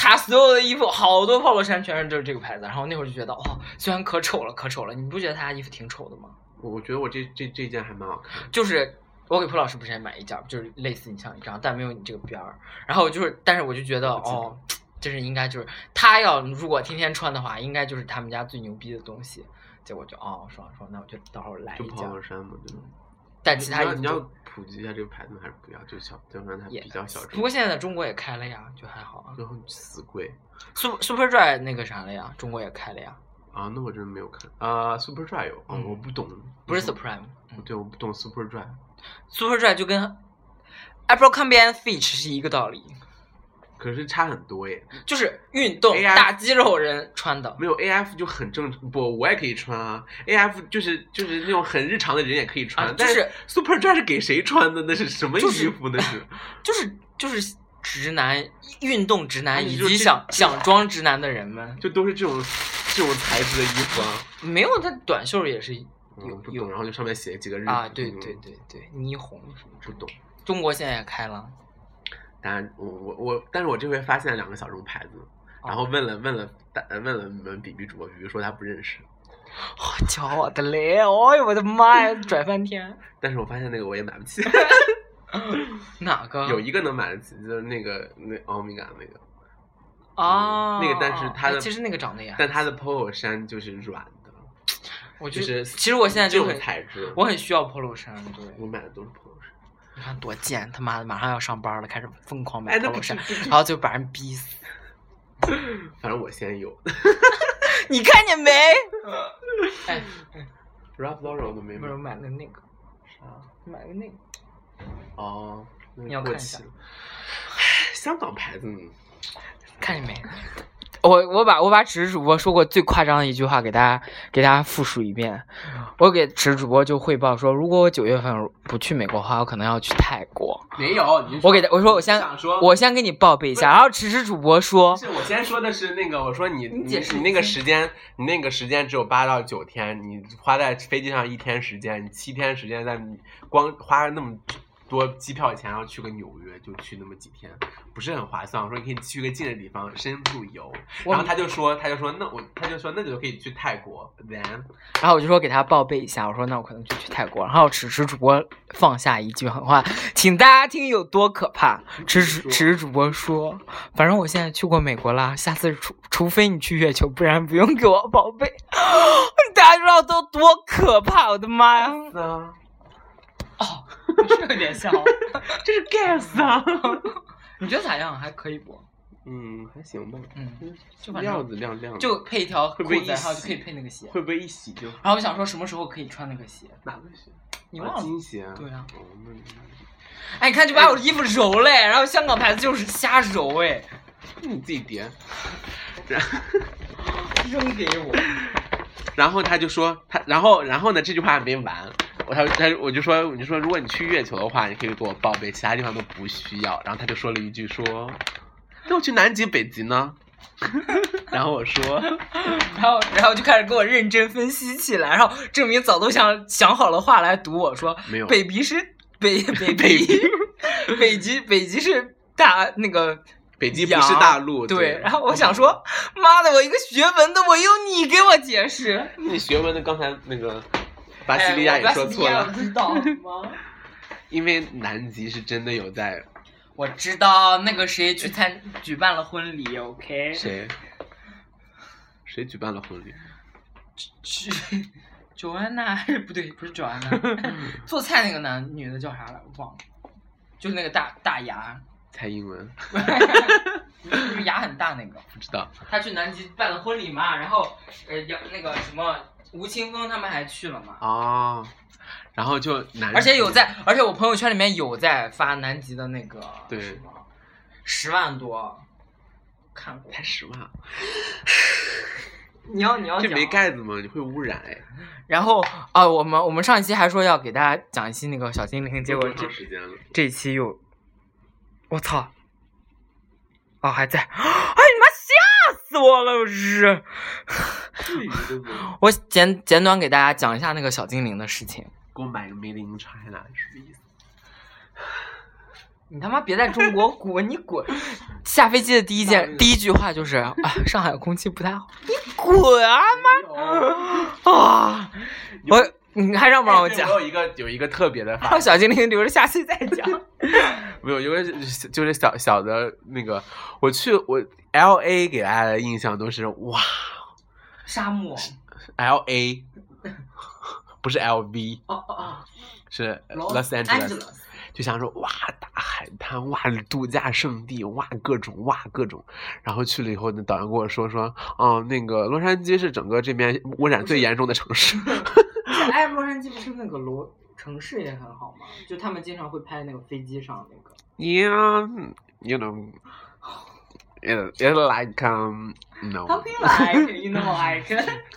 [SPEAKER 2] 他所有的衣服，好多 polo 衫全是就是这个牌子。然后那会儿就觉得，哦，虽然可丑了，可丑了。你不觉得他家衣服挺丑的吗？
[SPEAKER 3] 我我觉得我这这这件还蛮好看的，
[SPEAKER 2] 就是我给蒲老师不是也买一件儿，就是类似你像你这样，但没有你这个边儿。然后我就是，但是我就觉得
[SPEAKER 3] 我记得
[SPEAKER 2] 哦，就是应该就是他要如果天天穿的话，应该就是他们家最牛逼的东西。结果就哦，说说那我就到时候来
[SPEAKER 3] 就
[SPEAKER 2] 一
[SPEAKER 3] 跑
[SPEAKER 2] 件儿，
[SPEAKER 3] 跑衫嘛，对吧？
[SPEAKER 2] 但其他
[SPEAKER 3] 你
[SPEAKER 2] 衣服
[SPEAKER 3] 要你要
[SPEAKER 2] 就
[SPEAKER 3] 普普及一下这个牌子吗？还是不要？就小，就让它
[SPEAKER 2] 也
[SPEAKER 3] 比较小
[SPEAKER 2] 不
[SPEAKER 3] 众，
[SPEAKER 2] 过现在在中国也开了呀，就还好啊。
[SPEAKER 3] 然后死贵
[SPEAKER 2] Super Superdry 那个啥了呀，中国也开了呀，
[SPEAKER 3] 啊！那我真的没有看啊，Superdry 有啊，
[SPEAKER 2] 嗯
[SPEAKER 3] 我不懂，
[SPEAKER 2] 不是
[SPEAKER 3] 我
[SPEAKER 2] Supreme。嗯
[SPEAKER 3] 对，我不懂 Superdry。
[SPEAKER 2] Superdry 就跟 Abercrombie and Fitch 是一个道理，
[SPEAKER 3] 可是差很多耶，
[SPEAKER 2] 就是运动
[SPEAKER 3] AI
[SPEAKER 2] 打肌肉人穿的。
[SPEAKER 3] 没有 A F 就很正常，不，我也可以穿啊。A F 就是就是那种很日常的人也可以穿，
[SPEAKER 2] 啊
[SPEAKER 3] 但
[SPEAKER 2] 就是
[SPEAKER 3] Superdry 是给谁穿的？那是什么衣
[SPEAKER 2] 就是
[SPEAKER 3] 服？那 是
[SPEAKER 2] 就是就是直男运动直
[SPEAKER 3] 啊
[SPEAKER 2] 男
[SPEAKER 3] 你
[SPEAKER 2] 以
[SPEAKER 3] 就
[SPEAKER 2] 及
[SPEAKER 3] 这
[SPEAKER 2] 想想装直男的人们，
[SPEAKER 3] 就都是这种这种材质的衣服啊。
[SPEAKER 2] 没有他短袖也是
[SPEAKER 3] 我
[SPEAKER 2] 有
[SPEAKER 3] 不懂，
[SPEAKER 2] 有
[SPEAKER 3] 然后就上面写几个日
[SPEAKER 2] 啊，
[SPEAKER 3] 子
[SPEAKER 2] 对
[SPEAKER 3] 嗯
[SPEAKER 2] 对对对，霓虹什么之
[SPEAKER 3] 不
[SPEAKER 2] 类的。
[SPEAKER 3] 懂。
[SPEAKER 2] 中国现在也开了，
[SPEAKER 3] 当然，我我我，但是我这回发现了两个小众牌子，然
[SPEAKER 2] 哦
[SPEAKER 3] 后问了问了大呃问了我们 B B 主播，B B 说他不认识，
[SPEAKER 2] 好哦骄傲的嘞！哎呦我的妈呀，拽翻天！
[SPEAKER 3] 但是我发现那个我也买不 起，
[SPEAKER 2] 哪个？
[SPEAKER 3] 有一个能买得起，就是那个那欧米伽那个，
[SPEAKER 2] 啊，
[SPEAKER 3] 那个但是它的
[SPEAKER 2] 哎其实那个长得也还，
[SPEAKER 3] 但它的 polo 衫就是软的，
[SPEAKER 2] 我
[SPEAKER 3] 就
[SPEAKER 2] 觉
[SPEAKER 3] 是
[SPEAKER 2] 得其实我现在
[SPEAKER 3] 这
[SPEAKER 2] 就
[SPEAKER 3] 种
[SPEAKER 2] 很，
[SPEAKER 3] 材质，
[SPEAKER 2] 我很需要 polo 衫，对，
[SPEAKER 3] 我买的都是 polo 衫，
[SPEAKER 2] 你看多贱，他妈的马上要上班了，开始疯狂买
[SPEAKER 3] 哎那不
[SPEAKER 2] polo 衫
[SPEAKER 3] 是不，是
[SPEAKER 2] 然后就把人逼死。
[SPEAKER 3] 反正我先有
[SPEAKER 2] 你看见没？哎，
[SPEAKER 3] ，Ralph Lauren 我都没
[SPEAKER 2] 不
[SPEAKER 3] 买
[SPEAKER 2] 是我买了那个，
[SPEAKER 3] 啊
[SPEAKER 2] 买了那个，
[SPEAKER 3] 哦，那
[SPEAKER 2] 你要
[SPEAKER 3] 过
[SPEAKER 2] 看一
[SPEAKER 3] 期
[SPEAKER 2] 下
[SPEAKER 3] 了香港牌子嗯
[SPEAKER 2] 看见没？我我把我把纸主播说过最夸张的一句话给大家给大家复述一遍。
[SPEAKER 3] 嗯
[SPEAKER 2] 我给纸主播就汇报说，如果我九月份不去美国的话，我可能要去泰国。
[SPEAKER 3] 没有，你
[SPEAKER 2] 我给他我说我先
[SPEAKER 3] 想说
[SPEAKER 2] 我先给你报备一下，然后迟迟主播
[SPEAKER 3] 不
[SPEAKER 2] 说
[SPEAKER 3] 是，我先说的是那个，我说你
[SPEAKER 2] 你
[SPEAKER 3] 你
[SPEAKER 2] 解释
[SPEAKER 3] 你
[SPEAKER 2] 一
[SPEAKER 3] 那个
[SPEAKER 2] 下
[SPEAKER 3] 时间，你那个时间只有八到九天，你花在飞机上一天时间，你七天时间在你光花那么多机票钱，然后去个纽约就去那么几天，不是很划算。我说你可以去个近的地方深度游，
[SPEAKER 2] 我
[SPEAKER 3] 然后他就说他就说那我他就说那就可以去泰国，then
[SPEAKER 2] 然后我就说给他报备一下，我说那我可能就去泰国。然后迟迟主播放下一句狠话，请大家听有多可怕。迟迟迟迟主播说，反正我现在去过美国啦，下次除除非你去月球，不然不用给我报备。 大家知道都多可怕，我的妈呀！
[SPEAKER 3] 啊，
[SPEAKER 2] 哦，是有点像。哦
[SPEAKER 3] 这是 guess 啊，
[SPEAKER 2] 你觉得咋样？还可以不？
[SPEAKER 3] 嗯，还行吧，
[SPEAKER 2] 嗯，就反正
[SPEAKER 3] 料子亮亮的，
[SPEAKER 2] 就配一条裤
[SPEAKER 3] 会不会
[SPEAKER 2] 子，
[SPEAKER 3] 一
[SPEAKER 2] 然后就
[SPEAKER 3] 洗
[SPEAKER 2] 可以配那个鞋。
[SPEAKER 3] 会不会一洗就
[SPEAKER 2] 然后我想说，什么时候可以穿那个鞋？
[SPEAKER 3] 哪个鞋？
[SPEAKER 2] 你
[SPEAKER 3] 啊
[SPEAKER 2] 忘了？
[SPEAKER 3] 金鞋啊？
[SPEAKER 2] 对啊
[SPEAKER 3] 哦，那那
[SPEAKER 2] 哎，你看就把我的衣服揉嘞，然后香港牌子就是瞎揉哎，
[SPEAKER 3] 你自己叠。 然
[SPEAKER 2] 扔给我。
[SPEAKER 3] 然后他就说他，然后然后呢，这句话还没完，我他他我就说我就说，如果你去月球的话，你可以给我报备，其他地方都不需要。然后他就说了一句说，那我去南极、北极呢？ 然后我说，
[SPEAKER 2] 然后，然后就开始跟我认真分析起来，然后证明早都想想好了话来堵我说，
[SPEAKER 3] 没有
[SPEAKER 2] 北鼻是北北
[SPEAKER 3] 北
[SPEAKER 2] 鼻，北极北极是大那个。
[SPEAKER 3] 北极不是大陆。
[SPEAKER 2] 对。
[SPEAKER 3] 对，
[SPEAKER 2] 然后我想说，妈的，我一个学文的，我用你给我解释。
[SPEAKER 3] 你学文的刚才那个
[SPEAKER 2] 哎
[SPEAKER 3] 巴西利亚也说错
[SPEAKER 2] 哎我
[SPEAKER 3] 了，
[SPEAKER 2] 不知道吗？
[SPEAKER 3] 因为南极是真的有在
[SPEAKER 2] 我知道那个谁去参举办了婚礼，OK？
[SPEAKER 3] 谁谁举办了婚礼？
[SPEAKER 2] 是九安娜还 是不对，不是九安娜， 做菜那个男女的叫啥来？忘了，就是那个大大 牙，
[SPEAKER 3] 蔡英文
[SPEAKER 2] 就是牙很大那个。
[SPEAKER 3] 不知道，
[SPEAKER 2] 他去南极办了婚礼嘛，然后呃，杨那个什么吴青峰他们还去了嘛。
[SPEAKER 3] 哦，然后就南，
[SPEAKER 2] 而且有在，而且我朋友圈里面有在发南极的那个
[SPEAKER 3] 对
[SPEAKER 2] 什么十万多，看过。
[SPEAKER 3] 才十万，
[SPEAKER 2] 你要你要
[SPEAKER 3] 这
[SPEAKER 2] 讲啊
[SPEAKER 3] 没盖子吗？你会污染哎。
[SPEAKER 2] 然后啊、我们我们上一期还说要给大家讲一期那个小精灵，结果
[SPEAKER 3] 多
[SPEAKER 2] 这
[SPEAKER 3] 长时间了？
[SPEAKER 2] 这一期又，我操！哦，还在，哎你妈吓死我了！我是，
[SPEAKER 3] 至于对不对？
[SPEAKER 2] 我简简短给大家讲一下那个小精灵的事情。
[SPEAKER 3] 给我买个 Made in China 是什么 意思？
[SPEAKER 2] 你他妈别在中 国滚，你滚！下飞机的第一
[SPEAKER 3] 上
[SPEAKER 2] 件
[SPEAKER 3] 个
[SPEAKER 2] 第一句话就是啊，上海空气不太好，你滚啊
[SPEAKER 3] 妈！
[SPEAKER 2] 妈啊！我你还让不让我讲
[SPEAKER 3] 哎？我有一个有一个特别的
[SPEAKER 2] 还
[SPEAKER 3] 发
[SPEAKER 2] 有，小精灵留着下期再讲。
[SPEAKER 3] 没有，因为就是小小的那个，我去我 L A 给大家的印象都是哇
[SPEAKER 2] 沙漠，
[SPEAKER 3] ，L A 不是 L V
[SPEAKER 2] 哦哦哦
[SPEAKER 3] 是
[SPEAKER 2] Los 哦
[SPEAKER 3] Los Angeles，
[SPEAKER 2] Angeles
[SPEAKER 3] 就想说哇大海滩哇度假胜地哇各种哇各种，然后去了以后，那导游跟我说说，哦、那个洛杉矶是整个这边污染最严重的城市。
[SPEAKER 2] 哎，洛杉矶不是那个罗城市也很好吗？就他们经常会拍那个飞机上那个。
[SPEAKER 3] Yeah, you know, it it like um no，
[SPEAKER 2] Something like you know like，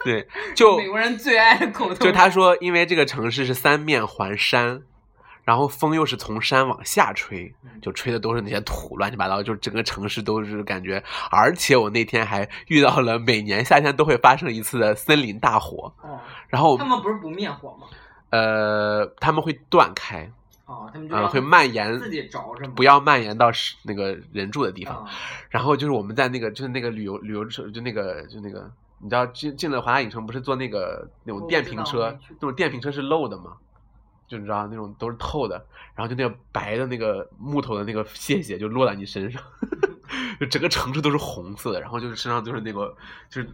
[SPEAKER 3] 对，就
[SPEAKER 2] Oh. 美国人最爱的口头。
[SPEAKER 3] 就他说，因为这个城市是三面环山，然后风又是从山往下吹，
[SPEAKER 2] 嗯
[SPEAKER 3] 就吹的都是那些土，乱七八糟，就整个城市都是感觉。而且我那天还遇到了每年夏天都会发生一次的森林大火，
[SPEAKER 2] 哦，
[SPEAKER 3] 然后
[SPEAKER 2] 他们不是不灭火吗？
[SPEAKER 3] 呃他们会断开，
[SPEAKER 2] 哦，他们就
[SPEAKER 3] 啊、
[SPEAKER 2] 让
[SPEAKER 3] 会蔓延，
[SPEAKER 2] 自己着着嘛。
[SPEAKER 3] 不要蔓延到是那个人住的地方。
[SPEAKER 2] 啊
[SPEAKER 3] 然后就是我们在那个就是那个旅游旅游车，就那个就那个，你知道进进了华夏影城不是坐那个那种
[SPEAKER 2] 我
[SPEAKER 3] 电
[SPEAKER 2] 知
[SPEAKER 3] 瓶
[SPEAKER 2] 道
[SPEAKER 3] 车
[SPEAKER 2] 我去，
[SPEAKER 3] 那种电瓶车是漏的嘛，就你知道那种都是透的，然后就那个白的那个木头的那个屑屑就落在你身上， 就整个城市都是红色的，然后就是身上都是那个就是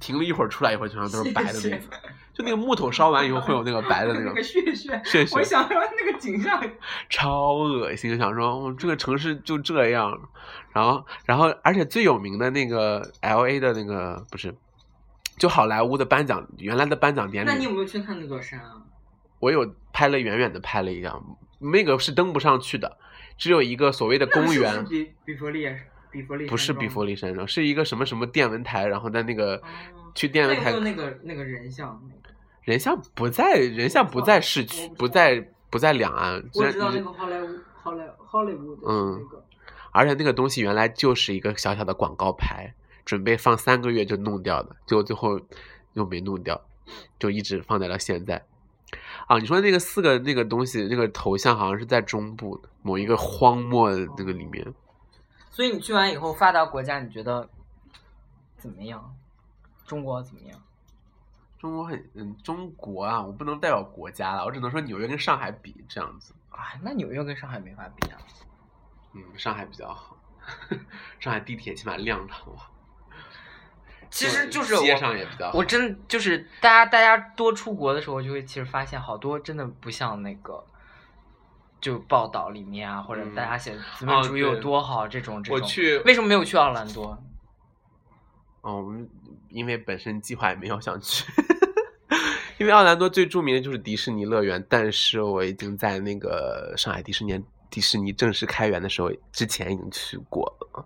[SPEAKER 3] 停了一会儿出来一会儿全上都是白的那
[SPEAKER 2] 屑
[SPEAKER 3] 个
[SPEAKER 2] 屑，
[SPEAKER 3] 就那个木头烧完以后会有那个白的 那个
[SPEAKER 2] 那个血血，
[SPEAKER 3] 屑屑
[SPEAKER 2] 我。想到那个景象，
[SPEAKER 3] 超恶心，想说我、哦这个城市就这样，然后然后而且最有名的那个 L A 的那个不是，就好莱坞的颁奖原来的颁奖典
[SPEAKER 2] 那你有
[SPEAKER 3] 礼，
[SPEAKER 2] 没有去看那座山啊？
[SPEAKER 3] 我有拍了远远的拍了一张，那个是登不上去的，只有一个所谓的
[SPEAKER 2] 那
[SPEAKER 3] 公
[SPEAKER 2] 是不
[SPEAKER 3] 园，
[SPEAKER 2] 是比比佛利也是比佛利
[SPEAKER 3] 不是
[SPEAKER 2] 山庄
[SPEAKER 3] 比
[SPEAKER 2] 吗
[SPEAKER 3] 佛利山庄，是一个什么什么电文台，然后在那个
[SPEAKER 2] 哦
[SPEAKER 3] 去电
[SPEAKER 2] 那
[SPEAKER 3] 文
[SPEAKER 2] 有没
[SPEAKER 3] 台
[SPEAKER 2] 有那个那个人像？
[SPEAKER 3] 人像不在人像不在市区
[SPEAKER 2] 我，不
[SPEAKER 3] 不
[SPEAKER 2] 知道
[SPEAKER 3] 在不在两岸，
[SPEAKER 2] 我
[SPEAKER 3] 虽
[SPEAKER 2] 知
[SPEAKER 3] 然
[SPEAKER 2] 道那个好莱坞好莱好莱坞的
[SPEAKER 3] 嗯
[SPEAKER 2] 那个，
[SPEAKER 3] 而且那个东西原来就是一个小小的广告牌，准备放三个月就弄掉的，结果最后又没弄掉，就一直放在了现在。啊，你说那个四个那个东西，那个头像好像是在中部的某一个荒漠的那个里面，
[SPEAKER 2] 所以你去完以后，发达国家你觉得怎么样？中国怎么样？
[SPEAKER 3] 中国很嗯，中国啊，我不能代表国家了，我只能说纽约跟上海比这样子，
[SPEAKER 2] 啊，那纽约跟上海没法比啊。
[SPEAKER 3] 嗯，上海比较好， 上海地铁起码亮堂嘛，
[SPEAKER 2] 其实就是
[SPEAKER 3] 街
[SPEAKER 2] 我，
[SPEAKER 3] 上也比较好
[SPEAKER 2] 我，真就是大家大家多出国的时候，就会其实发现好多真的不像那个。就报道里面啊，或者
[SPEAKER 3] 嗯
[SPEAKER 2] 大家写资
[SPEAKER 3] 哦
[SPEAKER 2] 本主义有
[SPEAKER 3] 对
[SPEAKER 2] 多好，这种这种。
[SPEAKER 3] 我去
[SPEAKER 2] 为什么没有去奥兰多？
[SPEAKER 3] 哦，我们因为本身计划也没有想去， 因为奥兰多最著名的就是迪士尼乐园，但是我已经在那个上海迪士尼迪士尼正式开园的时候之前已经去过了。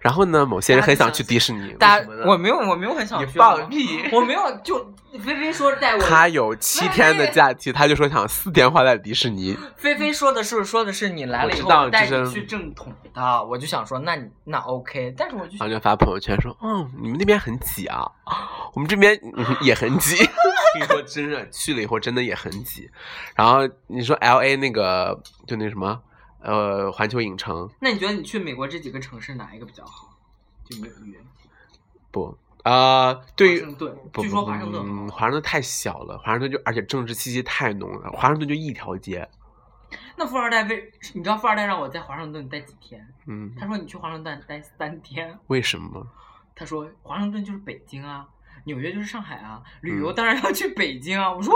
[SPEAKER 3] 然后呢，某些人很想去迪士尼，
[SPEAKER 2] 大
[SPEAKER 3] 为
[SPEAKER 2] 家
[SPEAKER 3] 什么呢
[SPEAKER 2] 我没有我没有很想
[SPEAKER 3] 你
[SPEAKER 2] 去奥兰
[SPEAKER 3] 放
[SPEAKER 2] 多，
[SPEAKER 3] 屁！
[SPEAKER 2] 我没有就菲菲说带我
[SPEAKER 3] 他有七天的假期，他就说想四天花在迪士尼。
[SPEAKER 2] 菲菲说的是说的是你来了以
[SPEAKER 3] 我
[SPEAKER 2] 后
[SPEAKER 3] 知道
[SPEAKER 2] 我带
[SPEAKER 3] 就是
[SPEAKER 2] 你去正统的，我就想说那你那 OK，但是我就
[SPEAKER 3] 然后就发朋友圈说：“嗯，你们那边很挤啊，我们这边嗯也很挤。” 跟你说真的，去了以后真的也很挤。然后你说 L A 那个就那什么，呃，环球影城
[SPEAKER 2] 那你觉得你去美国这几个城市哪一个比较好？就纽约、
[SPEAKER 3] 不啊、呃对
[SPEAKER 2] 华
[SPEAKER 3] 于
[SPEAKER 2] 盛顿，
[SPEAKER 3] 不
[SPEAKER 2] 哦据
[SPEAKER 3] 不
[SPEAKER 2] 说华盛
[SPEAKER 3] 嗯
[SPEAKER 2] 顿好。
[SPEAKER 3] 华盛顿太小了，华盛顿就而且政治气息太浓了，华盛顿就一条街，
[SPEAKER 2] 那富二代为你知道富二代让我在华盛顿待几天？
[SPEAKER 3] 嗯，
[SPEAKER 2] 他说你去华盛顿待三天。
[SPEAKER 3] 为什么？
[SPEAKER 2] 他说华盛顿就是北京啊，纽约就是上海啊，旅游当然要去北京啊。我说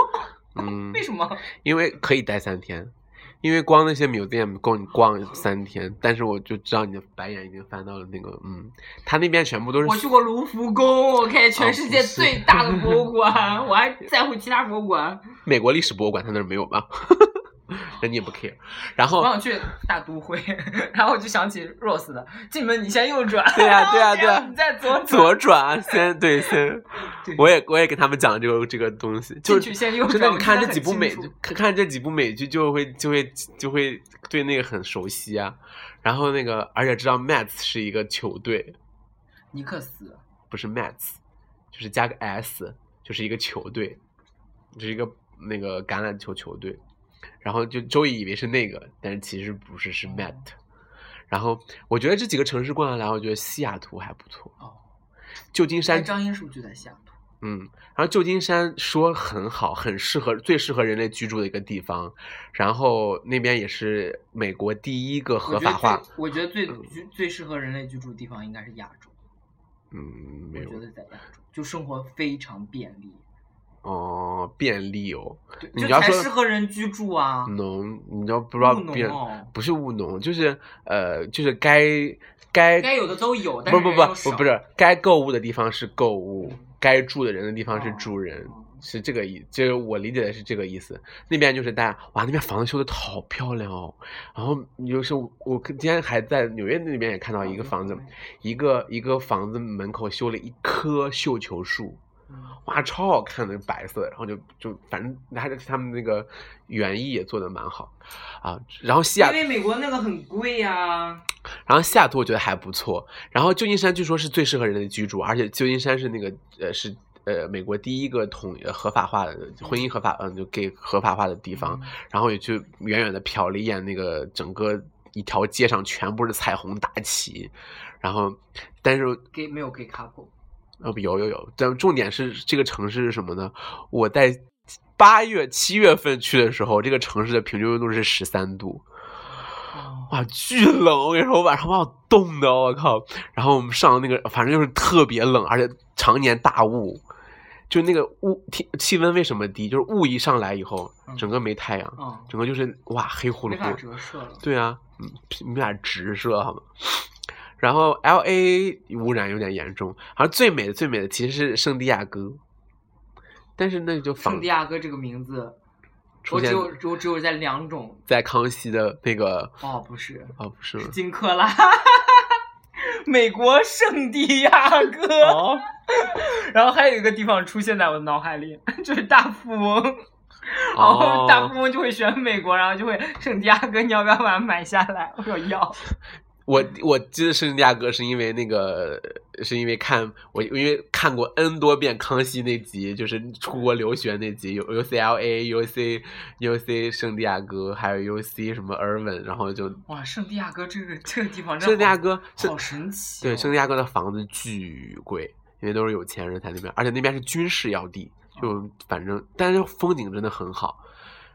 [SPEAKER 3] 嗯
[SPEAKER 2] 为，什么？
[SPEAKER 3] 因为可以待三天。因为光那些 museum 够你逛三天，但是我就知道你的白眼已经翻到了那个，嗯，他那边全部都是
[SPEAKER 2] 我去过卢浮宫，OK，全
[SPEAKER 3] 哦
[SPEAKER 2] 世界最大的博物 馆，我还在乎其他博物馆。
[SPEAKER 3] 美国历史博物馆，他那儿没有吧？ 那你也不 care。
[SPEAKER 2] 我
[SPEAKER 3] 然后，
[SPEAKER 2] 想去大都会， 然后我就想起 Rose 的进门你先右转，
[SPEAKER 3] 对呀 对呀
[SPEAKER 2] 然后这样
[SPEAKER 3] 对呀
[SPEAKER 2] 你再左转，
[SPEAKER 3] 左转先对先
[SPEAKER 2] 对，
[SPEAKER 3] 我也我也跟他们讲这个这个东西，
[SPEAKER 2] 进
[SPEAKER 3] 就是
[SPEAKER 2] 去先右转。
[SPEAKER 3] 真的，
[SPEAKER 2] 我
[SPEAKER 3] 你
[SPEAKER 2] 记
[SPEAKER 3] 看
[SPEAKER 2] 得
[SPEAKER 3] 这
[SPEAKER 2] 很
[SPEAKER 3] 几部
[SPEAKER 2] 清
[SPEAKER 3] 美
[SPEAKER 2] 楚，
[SPEAKER 3] 看看这几部美剧就会就会就会对那个很熟悉啊。然后那个，而且知道 Mets 是一个球队，
[SPEAKER 2] 尼克斯，
[SPEAKER 3] 不是 Mets，就是加个 s，就是一个球队，就是一个那个橄榄球球队。然后就周易以为是那个，但是其实不是，
[SPEAKER 2] 哦
[SPEAKER 3] 是 Met。然后我觉得这几个城市逛下来，我觉得西雅图还不错，
[SPEAKER 2] 哦，
[SPEAKER 3] 旧金
[SPEAKER 2] 但
[SPEAKER 3] 山，
[SPEAKER 2] 张英是不是就在西雅图？
[SPEAKER 3] 嗯，然后旧金山说很好，很适合最适合人类居住的一个地方。然后那边也是美国第一个合
[SPEAKER 2] 我觉
[SPEAKER 3] 法
[SPEAKER 2] 得
[SPEAKER 3] 化，
[SPEAKER 2] 最我觉得最最最适合人类居住的地方应该是亚洲，
[SPEAKER 3] 嗯，
[SPEAKER 2] 我
[SPEAKER 3] 没有
[SPEAKER 2] 觉，得在亚洲就生活非常便利，
[SPEAKER 3] 嗯便利哦，
[SPEAKER 2] 对
[SPEAKER 3] 你
[SPEAKER 2] 就
[SPEAKER 3] 要
[SPEAKER 2] 才
[SPEAKER 3] 说
[SPEAKER 2] 适合人居住啊。
[SPEAKER 3] 农，你知道不知道
[SPEAKER 2] 务农
[SPEAKER 3] 便
[SPEAKER 2] 哦，
[SPEAKER 3] 不是务农，就是呃，就是该该
[SPEAKER 2] 该有的都有，但
[SPEAKER 3] 不
[SPEAKER 2] 是
[SPEAKER 3] 不
[SPEAKER 2] 人
[SPEAKER 3] 不
[SPEAKER 2] 又
[SPEAKER 3] 不
[SPEAKER 2] 少
[SPEAKER 3] 不是该购物的地方是购物，该住的人的地方是
[SPEAKER 2] 哦
[SPEAKER 3] 住人，
[SPEAKER 2] 哦
[SPEAKER 3] 是这个意，就是我理解的是这个意思。那边就是大家哇，那边房子修的好漂亮哦。然后就是我今天还在纽约那边也看到
[SPEAKER 2] 哦
[SPEAKER 3] 一个房子，一个一个房子门口修了一棵绣球树，
[SPEAKER 2] 嗯
[SPEAKER 3] 哇，超好看的白色，然后就就反正还是他们那个园艺也做的蛮好啊。然后西雅
[SPEAKER 2] 因为美国那个很贵呀。
[SPEAKER 3] 然后西雅图我觉得还不错，然后旧金山据说是最适合人类居住，而且旧金山是那个呃是呃美国第一个统呃合法化的婚姻合法嗯、就 gay 合法化的地方，
[SPEAKER 2] 嗯
[SPEAKER 3] 然后也去远远的瞟了一眼那个整个一条街上全部是彩虹大旗，然后但是
[SPEAKER 2] 给没有给 couple，
[SPEAKER 3] 呃，不有有有，但重点是这个城市是什么呢？我在八月、七月份去的时候，这个城市的平均温度是十三度，
[SPEAKER 2] 哦
[SPEAKER 3] 哇，巨冷！我跟你说，我晚上把我冻的，我靠！然后我们上那个，反正就是特别冷，而且常年大雾，就那个雾天气温为什么低？就是雾一上来以后，整个没太阳，
[SPEAKER 2] 嗯，
[SPEAKER 3] 整个就是哇黑乎
[SPEAKER 2] 没
[SPEAKER 3] 噜
[SPEAKER 2] 法
[SPEAKER 3] 乎。
[SPEAKER 2] 折射了。
[SPEAKER 3] 对啊，嗯没法直射好吗？然后 L A 污染有点严重，而最美的最美的其实是圣地亚哥，但是那就
[SPEAKER 2] 圣
[SPEAKER 3] 仿
[SPEAKER 2] 地亚哥这个名字，
[SPEAKER 3] 出
[SPEAKER 2] 我只
[SPEAKER 3] 现
[SPEAKER 2] 有只有只有在两种，
[SPEAKER 3] 在康熙的那个
[SPEAKER 2] 哦，不是，
[SPEAKER 3] 哦不是吗
[SPEAKER 2] 是金克拉， 美国圣地亚哥。
[SPEAKER 3] 哦，
[SPEAKER 2] 然后还有一个地方出现在我的脑海里，就是大富翁。然
[SPEAKER 3] 哦
[SPEAKER 2] 后大富翁就会选美国，然后就会圣地亚哥，你要不要把它买下来？我说要。
[SPEAKER 3] 我我记得圣地亚哥是因为那个是因为看我因为看过 N 多遍康熙那集，就是出国留学那集，有 U C L A U C U C 圣地亚哥，还有 U C 什么 Irvin，然后就
[SPEAKER 2] 哇，圣地亚哥这个这个地方真
[SPEAKER 3] 圣地亚
[SPEAKER 2] 好
[SPEAKER 3] 哥是
[SPEAKER 2] 好神奇哦、
[SPEAKER 3] 对，圣地亚哥的房子巨贵，因为都是有钱人才那边，而且那边是军事要地，
[SPEAKER 2] 哦
[SPEAKER 3] 就反正但是风景真的很好。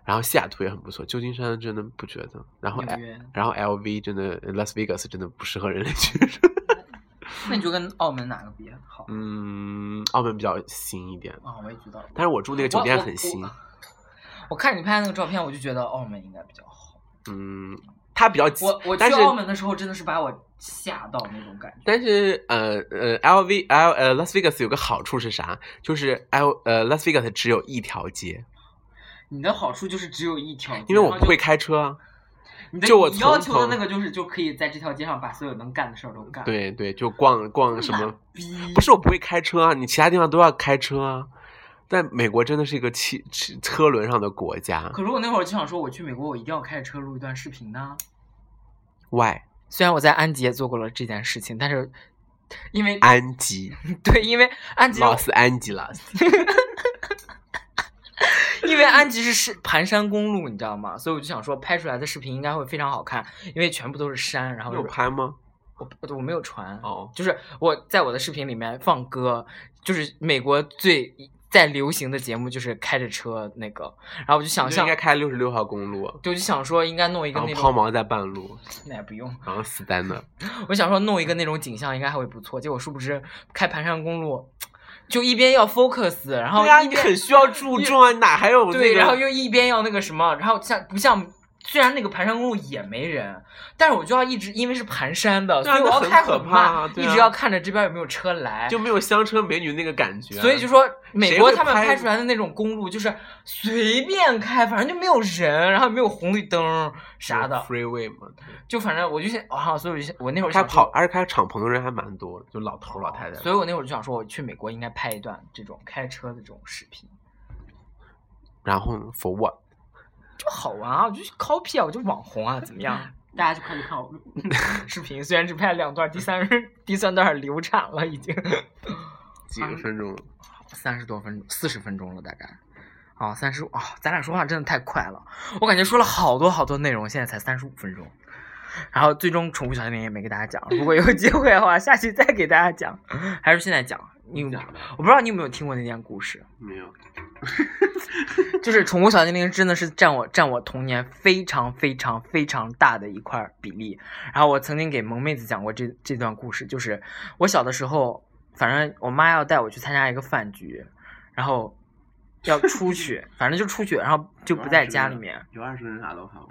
[SPEAKER 3] 然后西雅图也很不错，旧金山真的不觉得。然后
[SPEAKER 2] 纽
[SPEAKER 3] L-
[SPEAKER 2] 约
[SPEAKER 3] 然后 L V 真的，Las Vegas 真的不适合人类居住。
[SPEAKER 2] 那你就跟澳门哪个比好？
[SPEAKER 3] 嗯，澳门比较新一点，
[SPEAKER 2] 啊、我也觉得。
[SPEAKER 3] 但是我住那个酒
[SPEAKER 2] 我
[SPEAKER 3] 店
[SPEAKER 2] 我
[SPEAKER 3] 很新
[SPEAKER 2] 我。我看你拍那个照片，我就觉得澳门应该比较好。
[SPEAKER 3] 嗯，它比较新
[SPEAKER 2] 我我去
[SPEAKER 3] 但是
[SPEAKER 2] 澳门的时候真的是把我吓到那种感觉。
[SPEAKER 3] 但是呃呃，L V L 呃 Las Vegas 有个好处是啥？就是 L 呃 Las Vegas 只有一条街，
[SPEAKER 2] 你的好处就是只有一条街，
[SPEAKER 3] 因为我
[SPEAKER 2] 然后
[SPEAKER 3] 不会
[SPEAKER 2] 就
[SPEAKER 3] 开车啊。
[SPEAKER 2] 你的
[SPEAKER 3] 就我
[SPEAKER 2] 你要
[SPEAKER 3] 从
[SPEAKER 2] 求的
[SPEAKER 3] 头
[SPEAKER 2] 那个就是就可以在这条街上把所有能干的事儿都干。，
[SPEAKER 3] 对对，就逛逛什么？
[SPEAKER 2] 逼
[SPEAKER 3] 不是我不会开车啊，你其他地方都要开车啊。但美国真的是一个汽汽车轮上的国家
[SPEAKER 2] 可是我那会儿就想说，我去美国，我一定要开着车录一段视频呢。
[SPEAKER 3] ，Why？
[SPEAKER 2] 虽然我在安吉也做过了这件事情，但是因为
[SPEAKER 3] 安吉，
[SPEAKER 2] 对，因为安吉哦
[SPEAKER 3] 老斯安吉拉斯。
[SPEAKER 2] 因为安吉是是盘山公路，你知道吗？所以我就想说，拍出来的视频应该会非常好看，因为全部都是山，然后
[SPEAKER 3] 你有拍吗？
[SPEAKER 2] 我我没有传，
[SPEAKER 3] 哦，
[SPEAKER 2] 就是我在我的视频里面放歌，就是美国最在流行的节目就是开着车那个，然后我就想
[SPEAKER 3] 你就
[SPEAKER 2] 象
[SPEAKER 3] 应该，开六十六号公路，啊
[SPEAKER 2] 对我就想说应该弄一个
[SPEAKER 3] 然后
[SPEAKER 2] 那
[SPEAKER 3] 抛
[SPEAKER 2] 种，
[SPEAKER 3] 锚在半路，
[SPEAKER 2] 那也不用，
[SPEAKER 3] 然后死在那儿。
[SPEAKER 2] 我想说弄一个那种景象应该还会不错，结果殊不知开盘山公路，就一边要 focus，然后
[SPEAKER 3] 对啊，
[SPEAKER 2] 一
[SPEAKER 3] 你
[SPEAKER 2] 边
[SPEAKER 3] 很需要注重啊，你哪还有那
[SPEAKER 2] 对，
[SPEAKER 3] 个
[SPEAKER 2] 然后又一边要那个什么，然后像不像？虽然那个盘山公路也没人，但是我就要一直因为是盘山的，
[SPEAKER 3] 对啊
[SPEAKER 2] 所以我要
[SPEAKER 3] 那很
[SPEAKER 2] 开
[SPEAKER 3] 可
[SPEAKER 2] 很
[SPEAKER 3] 怕
[SPEAKER 2] 慢，
[SPEAKER 3] 啊对
[SPEAKER 2] 一
[SPEAKER 3] 啊
[SPEAKER 2] 直要看着这边有没有车来，
[SPEAKER 3] 就没有香车美女那个感觉。啊
[SPEAKER 2] 所以就说美
[SPEAKER 3] 谁
[SPEAKER 2] 国
[SPEAKER 3] 会
[SPEAKER 2] 他们
[SPEAKER 3] 拍
[SPEAKER 2] 拍出来的那种公路就是随便开，反正就没有人，然后没有红绿灯啥的，
[SPEAKER 3] freeway 嘛，对
[SPEAKER 2] 就反正我就想啊，所以我就想我那会儿
[SPEAKER 3] 开
[SPEAKER 2] 想
[SPEAKER 3] 跑
[SPEAKER 2] 说，
[SPEAKER 3] 而且开敞篷的人还蛮多的，就老头儿老太太。
[SPEAKER 2] 所以我那会儿就想说，我去美国应该拍一段这种开车的这种视频，
[SPEAKER 3] 然后 for what？
[SPEAKER 2] 就好玩啊，我就去 copy 啊，我就网红啊，怎么样？ 大家就快去看我 视频，虽然只拍了两段，第三第三段流产了，已经
[SPEAKER 3] 几
[SPEAKER 2] 啊
[SPEAKER 3] 个分钟？
[SPEAKER 2] 三十多分钟，四十分钟了大概。哦，三十哦，咱俩说话真的太快了，我感觉说了好多好多内容，现在才三十五分钟。然后最终宠物小精灵也没给大家讲，如果有机会的话，下期再给大家讲，还是现在讲？你有没有
[SPEAKER 3] 讲吧
[SPEAKER 2] 我不知道你有没有听过那件故事，
[SPEAKER 3] 没有。
[SPEAKER 2] 就是《宠物小精灵》真的是占我占我童年非常非常非常大的一块比例。然后我曾经给萌妹子讲过这这段故事，就是我小的时候，反正我妈要带我去参加一个饭局，然后要出 去，反正就出去，然后就不在家里面，
[SPEAKER 3] 有二十个人啥都好吗？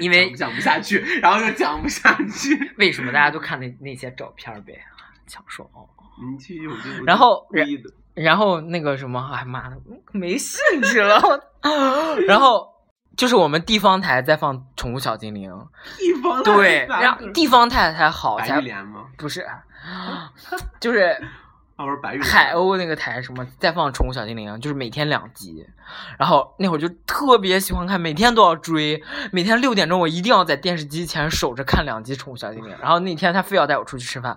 [SPEAKER 2] 因为
[SPEAKER 3] 讲不下去，然后又讲不下去。
[SPEAKER 2] 为什么大
[SPEAKER 3] 嗯
[SPEAKER 2] 家都看那那些照片儿呗？强说哦，
[SPEAKER 3] 你继续，我就
[SPEAKER 2] 然后
[SPEAKER 3] 故意的，
[SPEAKER 2] 然后那个什么，哎妈的，没兴致了。 然后就是我们地方台在放《宠物小精灵》，
[SPEAKER 3] 地方的
[SPEAKER 2] 对，
[SPEAKER 3] 咋
[SPEAKER 2] 让
[SPEAKER 3] 整
[SPEAKER 2] 地方台才好，
[SPEAKER 3] 白
[SPEAKER 2] 才
[SPEAKER 3] 玉莲吗？
[SPEAKER 2] 不是， 就是
[SPEAKER 3] 啊，不是白玉莲，
[SPEAKER 2] 海鸥那个台什么在放《宠物小精灵》，就是每天两集。然后那会儿就特别喜欢看，每天都要追，每天六点钟我一定要在电视机前守着看两集《宠物小精灵》。然后那天他非要带我出去吃饭，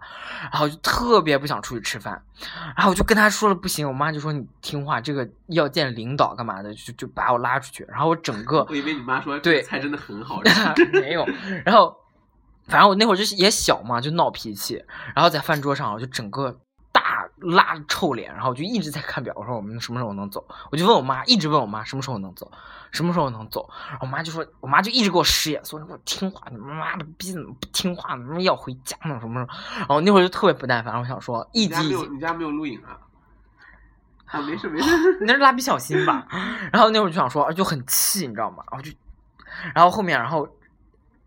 [SPEAKER 2] 然后就特别不想出去吃饭，然后我就跟他说了不行，我妈就说你听话，这个要见领导干嘛的，就就把我拉出去。然后我整个
[SPEAKER 3] 我以为你妈说
[SPEAKER 2] 对
[SPEAKER 3] 这个菜真的 很好吃，
[SPEAKER 2] 没有。然后，反正我那会儿就是也小嘛，就闹脾气，然后在饭桌上我就整个大拉臭脸，然后我就一直在看表，我说我们什么时候能走？我就问我妈，一直问我妈什么时候能走，什么时候能走？我妈就说，我妈就一直给我使眼色，说你给我听话，你妈的逼怎么不听话呢？怎么要回家呢？什么时候？然后那会儿就特别不耐烦，我想说一
[SPEAKER 3] 你家
[SPEAKER 2] 集
[SPEAKER 3] 没
[SPEAKER 2] 一
[SPEAKER 3] 有，
[SPEAKER 2] 集，
[SPEAKER 3] 你家没有录影啊？啊，没事没事，
[SPEAKER 2] 你那是蜡笔小新吧？然后那会儿就想说，就很气，你知道吗？然后就，然后后面然后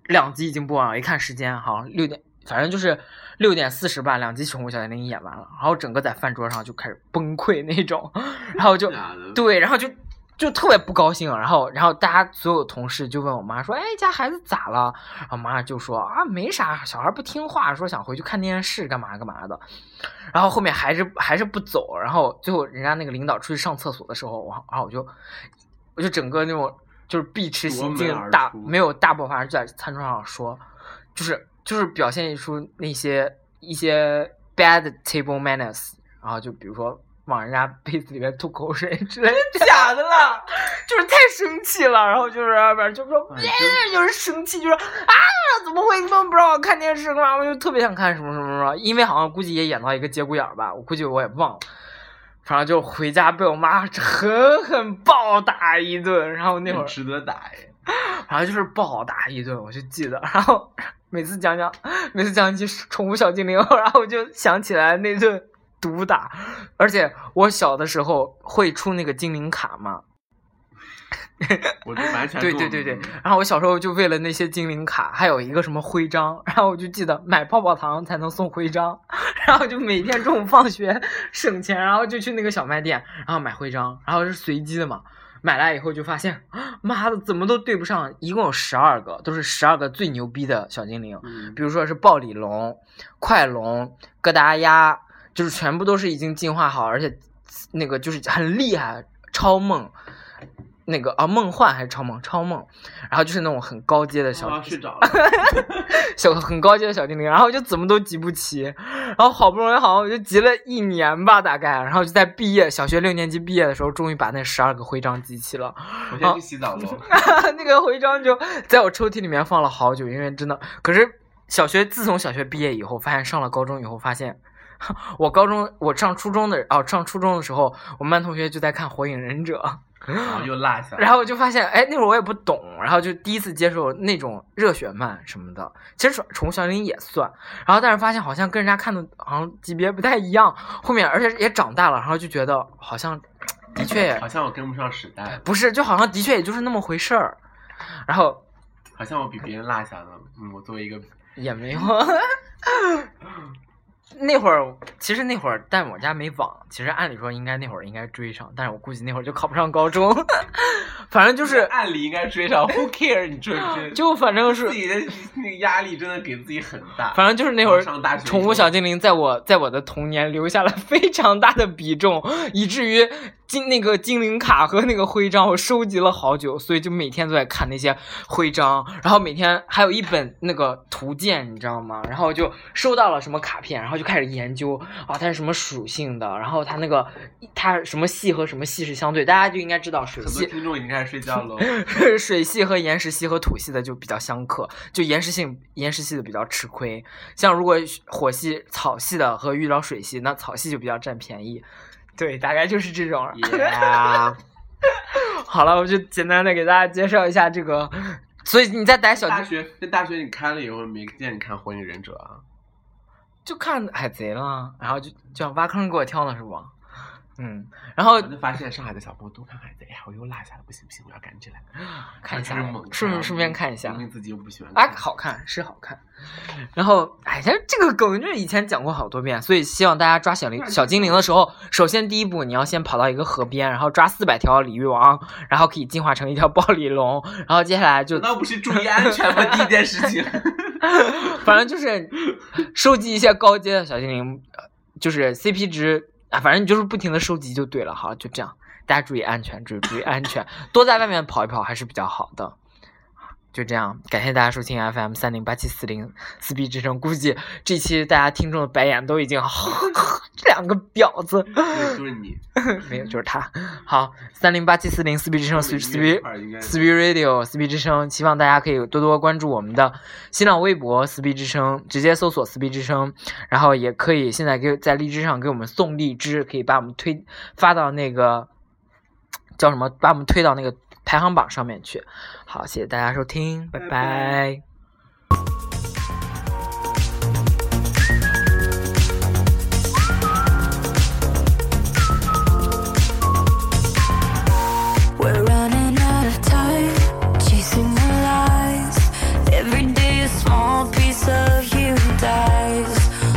[SPEAKER 2] 两集已经播完了，一看时间，好六点，反正就是六点四十吧，两集《宠物小精灵》演完了，然后整个在饭桌上就开始崩溃那种， 然后就
[SPEAKER 3] 假的
[SPEAKER 2] 对，然后就就特别不高兴，然后然后大家所有同事就问我妈说，哎，家孩子咋了？然后妈就说啊，没啥，小孩不听话，说想回去看电视干嘛干嘛的。然后后面还是还是不走，然后最后人家那个领导出去上厕所的时候，我然后我就我就整个那种就是避之行
[SPEAKER 3] 夺
[SPEAKER 2] 径
[SPEAKER 3] 门而
[SPEAKER 2] 大
[SPEAKER 3] 出
[SPEAKER 2] 没有大爆发，就在餐桌上说，就是就是表现出那些一些 bad table manners，然后就比如说往人家 杯子里面吐口水之类的，
[SPEAKER 3] 假的啦！
[SPEAKER 2] 就是太生气了，然后就是要不然就说
[SPEAKER 3] 哎
[SPEAKER 2] 别人就是生气，就说啊怎么会你们不让我看电视干嘛？我就特别想看什么什么什么，因为好像估计也演到一个节骨眼儿吧，我估计我也忘了。反正就回家被我妈 狠狠暴打一顿，然后那会
[SPEAKER 3] 很
[SPEAKER 2] 儿
[SPEAKER 3] 值得打耶。
[SPEAKER 2] 反正就是暴打一顿，我就记得。然后每次讲讲，每次讲起宠物小精灵，然后我就想起来那顿毒打。而且我小的时候会出那个精灵卡嘛，
[SPEAKER 3] 我就完全嗯
[SPEAKER 2] 对对对对，然后我小时候就为了那些精灵卡，还有一个什么徽章， 然后我就记得买泡泡糖才能送徽章， 然后就每天中午放学省钱，然后就去那个小卖店，然后买徽章，然后是随机的嘛，买来以后就发现， 妈的怎么都对不上，一共有十二个，都是十二个最牛逼的小精灵，
[SPEAKER 3] 嗯，
[SPEAKER 2] 比如说是暴鲤龙、快龙、疙瘩鸭，就是全部都是已经进化好，而且那个就是很厉害，超梦。那个啊，梦幻还是超梦？超梦，然后就是那种很高阶的小、
[SPEAKER 3] 啊，睡着了。
[SPEAKER 2] 小很高阶的小精灵，然后就怎么都集不齐，然后好不容易好像我就集了一年吧，大概，然后就在毕业小学六年级毕业的时候，终于把那十二个徽章集齐了，
[SPEAKER 3] 我先去洗澡喽。
[SPEAKER 2] 那个徽章就在我抽屉里面放了好久，因为真的，可是小学自从小学毕业以后，发现上了高中以后，发现我高中我上初中的哦，上初中的时候，我们班同学就在看《火影忍者》，
[SPEAKER 3] 然后又落下了。
[SPEAKER 2] 然后我就发现，哎，那会儿我也不懂，然后就第一次接受那种热血漫什么的。其实宠宠物小精灵也算，然后但是发现好像跟人家看的好像级别不太一样，后面而且也长大了，然后就觉得好像的确也
[SPEAKER 3] 好像我跟不上时代了，
[SPEAKER 2] 不是，就好像的确也就是那么回事儿，然后。
[SPEAKER 3] 好像我比别人落下了。嗯，我作为一个
[SPEAKER 2] 也没有。 那会儿其实那会儿，但我家没网，其实按理说应该那会儿应该追上，但是我估计那会儿就考不上高中， 反正 就是
[SPEAKER 3] 按理应该追上，Who care？你追不追？
[SPEAKER 2] 就反正
[SPEAKER 3] 自
[SPEAKER 2] 是
[SPEAKER 3] 己的那个压力真的给自己很大。
[SPEAKER 2] 反正就是那会儿
[SPEAKER 3] 上大学以后
[SPEAKER 2] 宠物小精灵在我在我的童年留下了非常大的比重，以至于精那个精灵卡和那个徽章我收集了好久，所以就每天都在看那些徽章，然后每天还有一本那个图鉴，你知道吗？然后就收到了什么卡片，然后就开始研究啊，它是什么属性的，然后它那个它什么系和什么系是相对，大家就应该知道水
[SPEAKER 3] 很多
[SPEAKER 2] 系
[SPEAKER 3] 听众已经开始睡觉喽。哦
[SPEAKER 2] 水系和岩石系和土系的就比较相克，就岩石性岩石系的比较吃亏。像如果火系、草系的和遇到水系，那草系就比较占便宜。对，大概就是这种。
[SPEAKER 3] Yeah，
[SPEAKER 2] 好了，我就简单的给大家介绍一下这个。所以你在逮小
[SPEAKER 3] 大
[SPEAKER 2] 鸡
[SPEAKER 3] 学那大学你开了以后没见你看《火影忍者》啊？
[SPEAKER 2] 就看海贼了，然后就就想挖坑给我跳呢，是不？嗯，然后
[SPEAKER 3] 我就发现上海的小朋友都看海贼，哎呀，我又落下了，不行不行，我要赶紧来
[SPEAKER 2] 看一下
[SPEAKER 3] 开始猛，
[SPEAKER 2] 顺
[SPEAKER 3] 看
[SPEAKER 2] 顺便看一下
[SPEAKER 3] 因，为自己又不喜欢
[SPEAKER 2] 哎，
[SPEAKER 3] 看
[SPEAKER 2] 好看是好看。然后，哎，这这个梗就是以前讲过好多遍，所以希望大家抓小灵小精灵的时候，首先第一步你要先跑到一个河边，然后抓四百条鲤鱼王，然后可以进化成一条暴鲤龙，然后接下来就
[SPEAKER 3] 难道不是注意安全 吗？第一件事情，
[SPEAKER 2] 反正就是收集一些高阶的小精灵，呃就是 CP 值啊，反正你就是不停的收集就对了哈，就这样，大家注意安全，注意注意安全，多在外面跑一跑还是比较好的。就这样，感谢大家收听 FM 三零八七四零撕逼之声。估计这期大家听众的白眼都已经， 这两个婊子，
[SPEAKER 3] 对就是你
[SPEAKER 2] 没有就是他。好，三零八七四零撕逼之声，撕撕逼。
[SPEAKER 3] 应该
[SPEAKER 2] s p Radio s p 之声，希望大家可以多多关注我们的新浪微博 s p 之声，直接搜索 s p 之声，然后也可以现在给在荔枝上给我们送荔枝，可以把我们推发到那个叫什么，把我们推到那个排行榜上面去。好，谢谢大家收听，拜
[SPEAKER 3] 拜
[SPEAKER 2] 拜
[SPEAKER 3] 拜
[SPEAKER 1] We're running out of time, chasing the lies. Every day a small piece of you dies.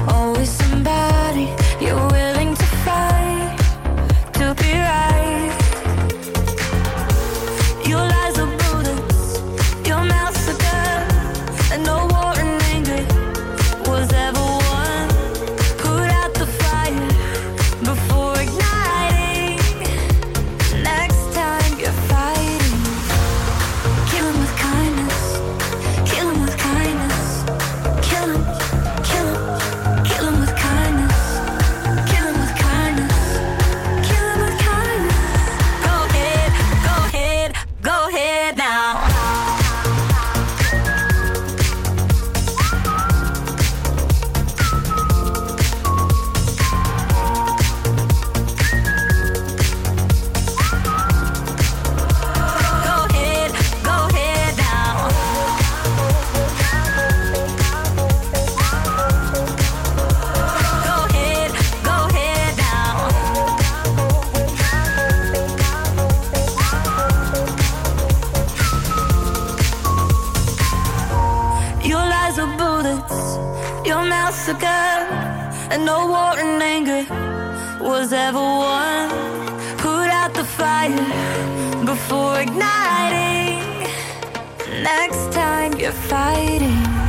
[SPEAKER 1] Always somebody you're willing to fight to be right. Your lies are bullets, your mouth's a gun, and no war in anger was ever won. Put out the fire before igniting. Next time you're fighting, kill him with kindness, kill him with kindness, kill him, kill him, kill him with kindness, kill him with kindness, kill him with kindness. Go ahead, go ahead, go ahead now. Go ahead, go ahead now. Go ahead, go ahead now. Your lies are bullets, your mouth's a gun, and no war and anger was ever won. Put out the fire before igniting. Next time you're fighting.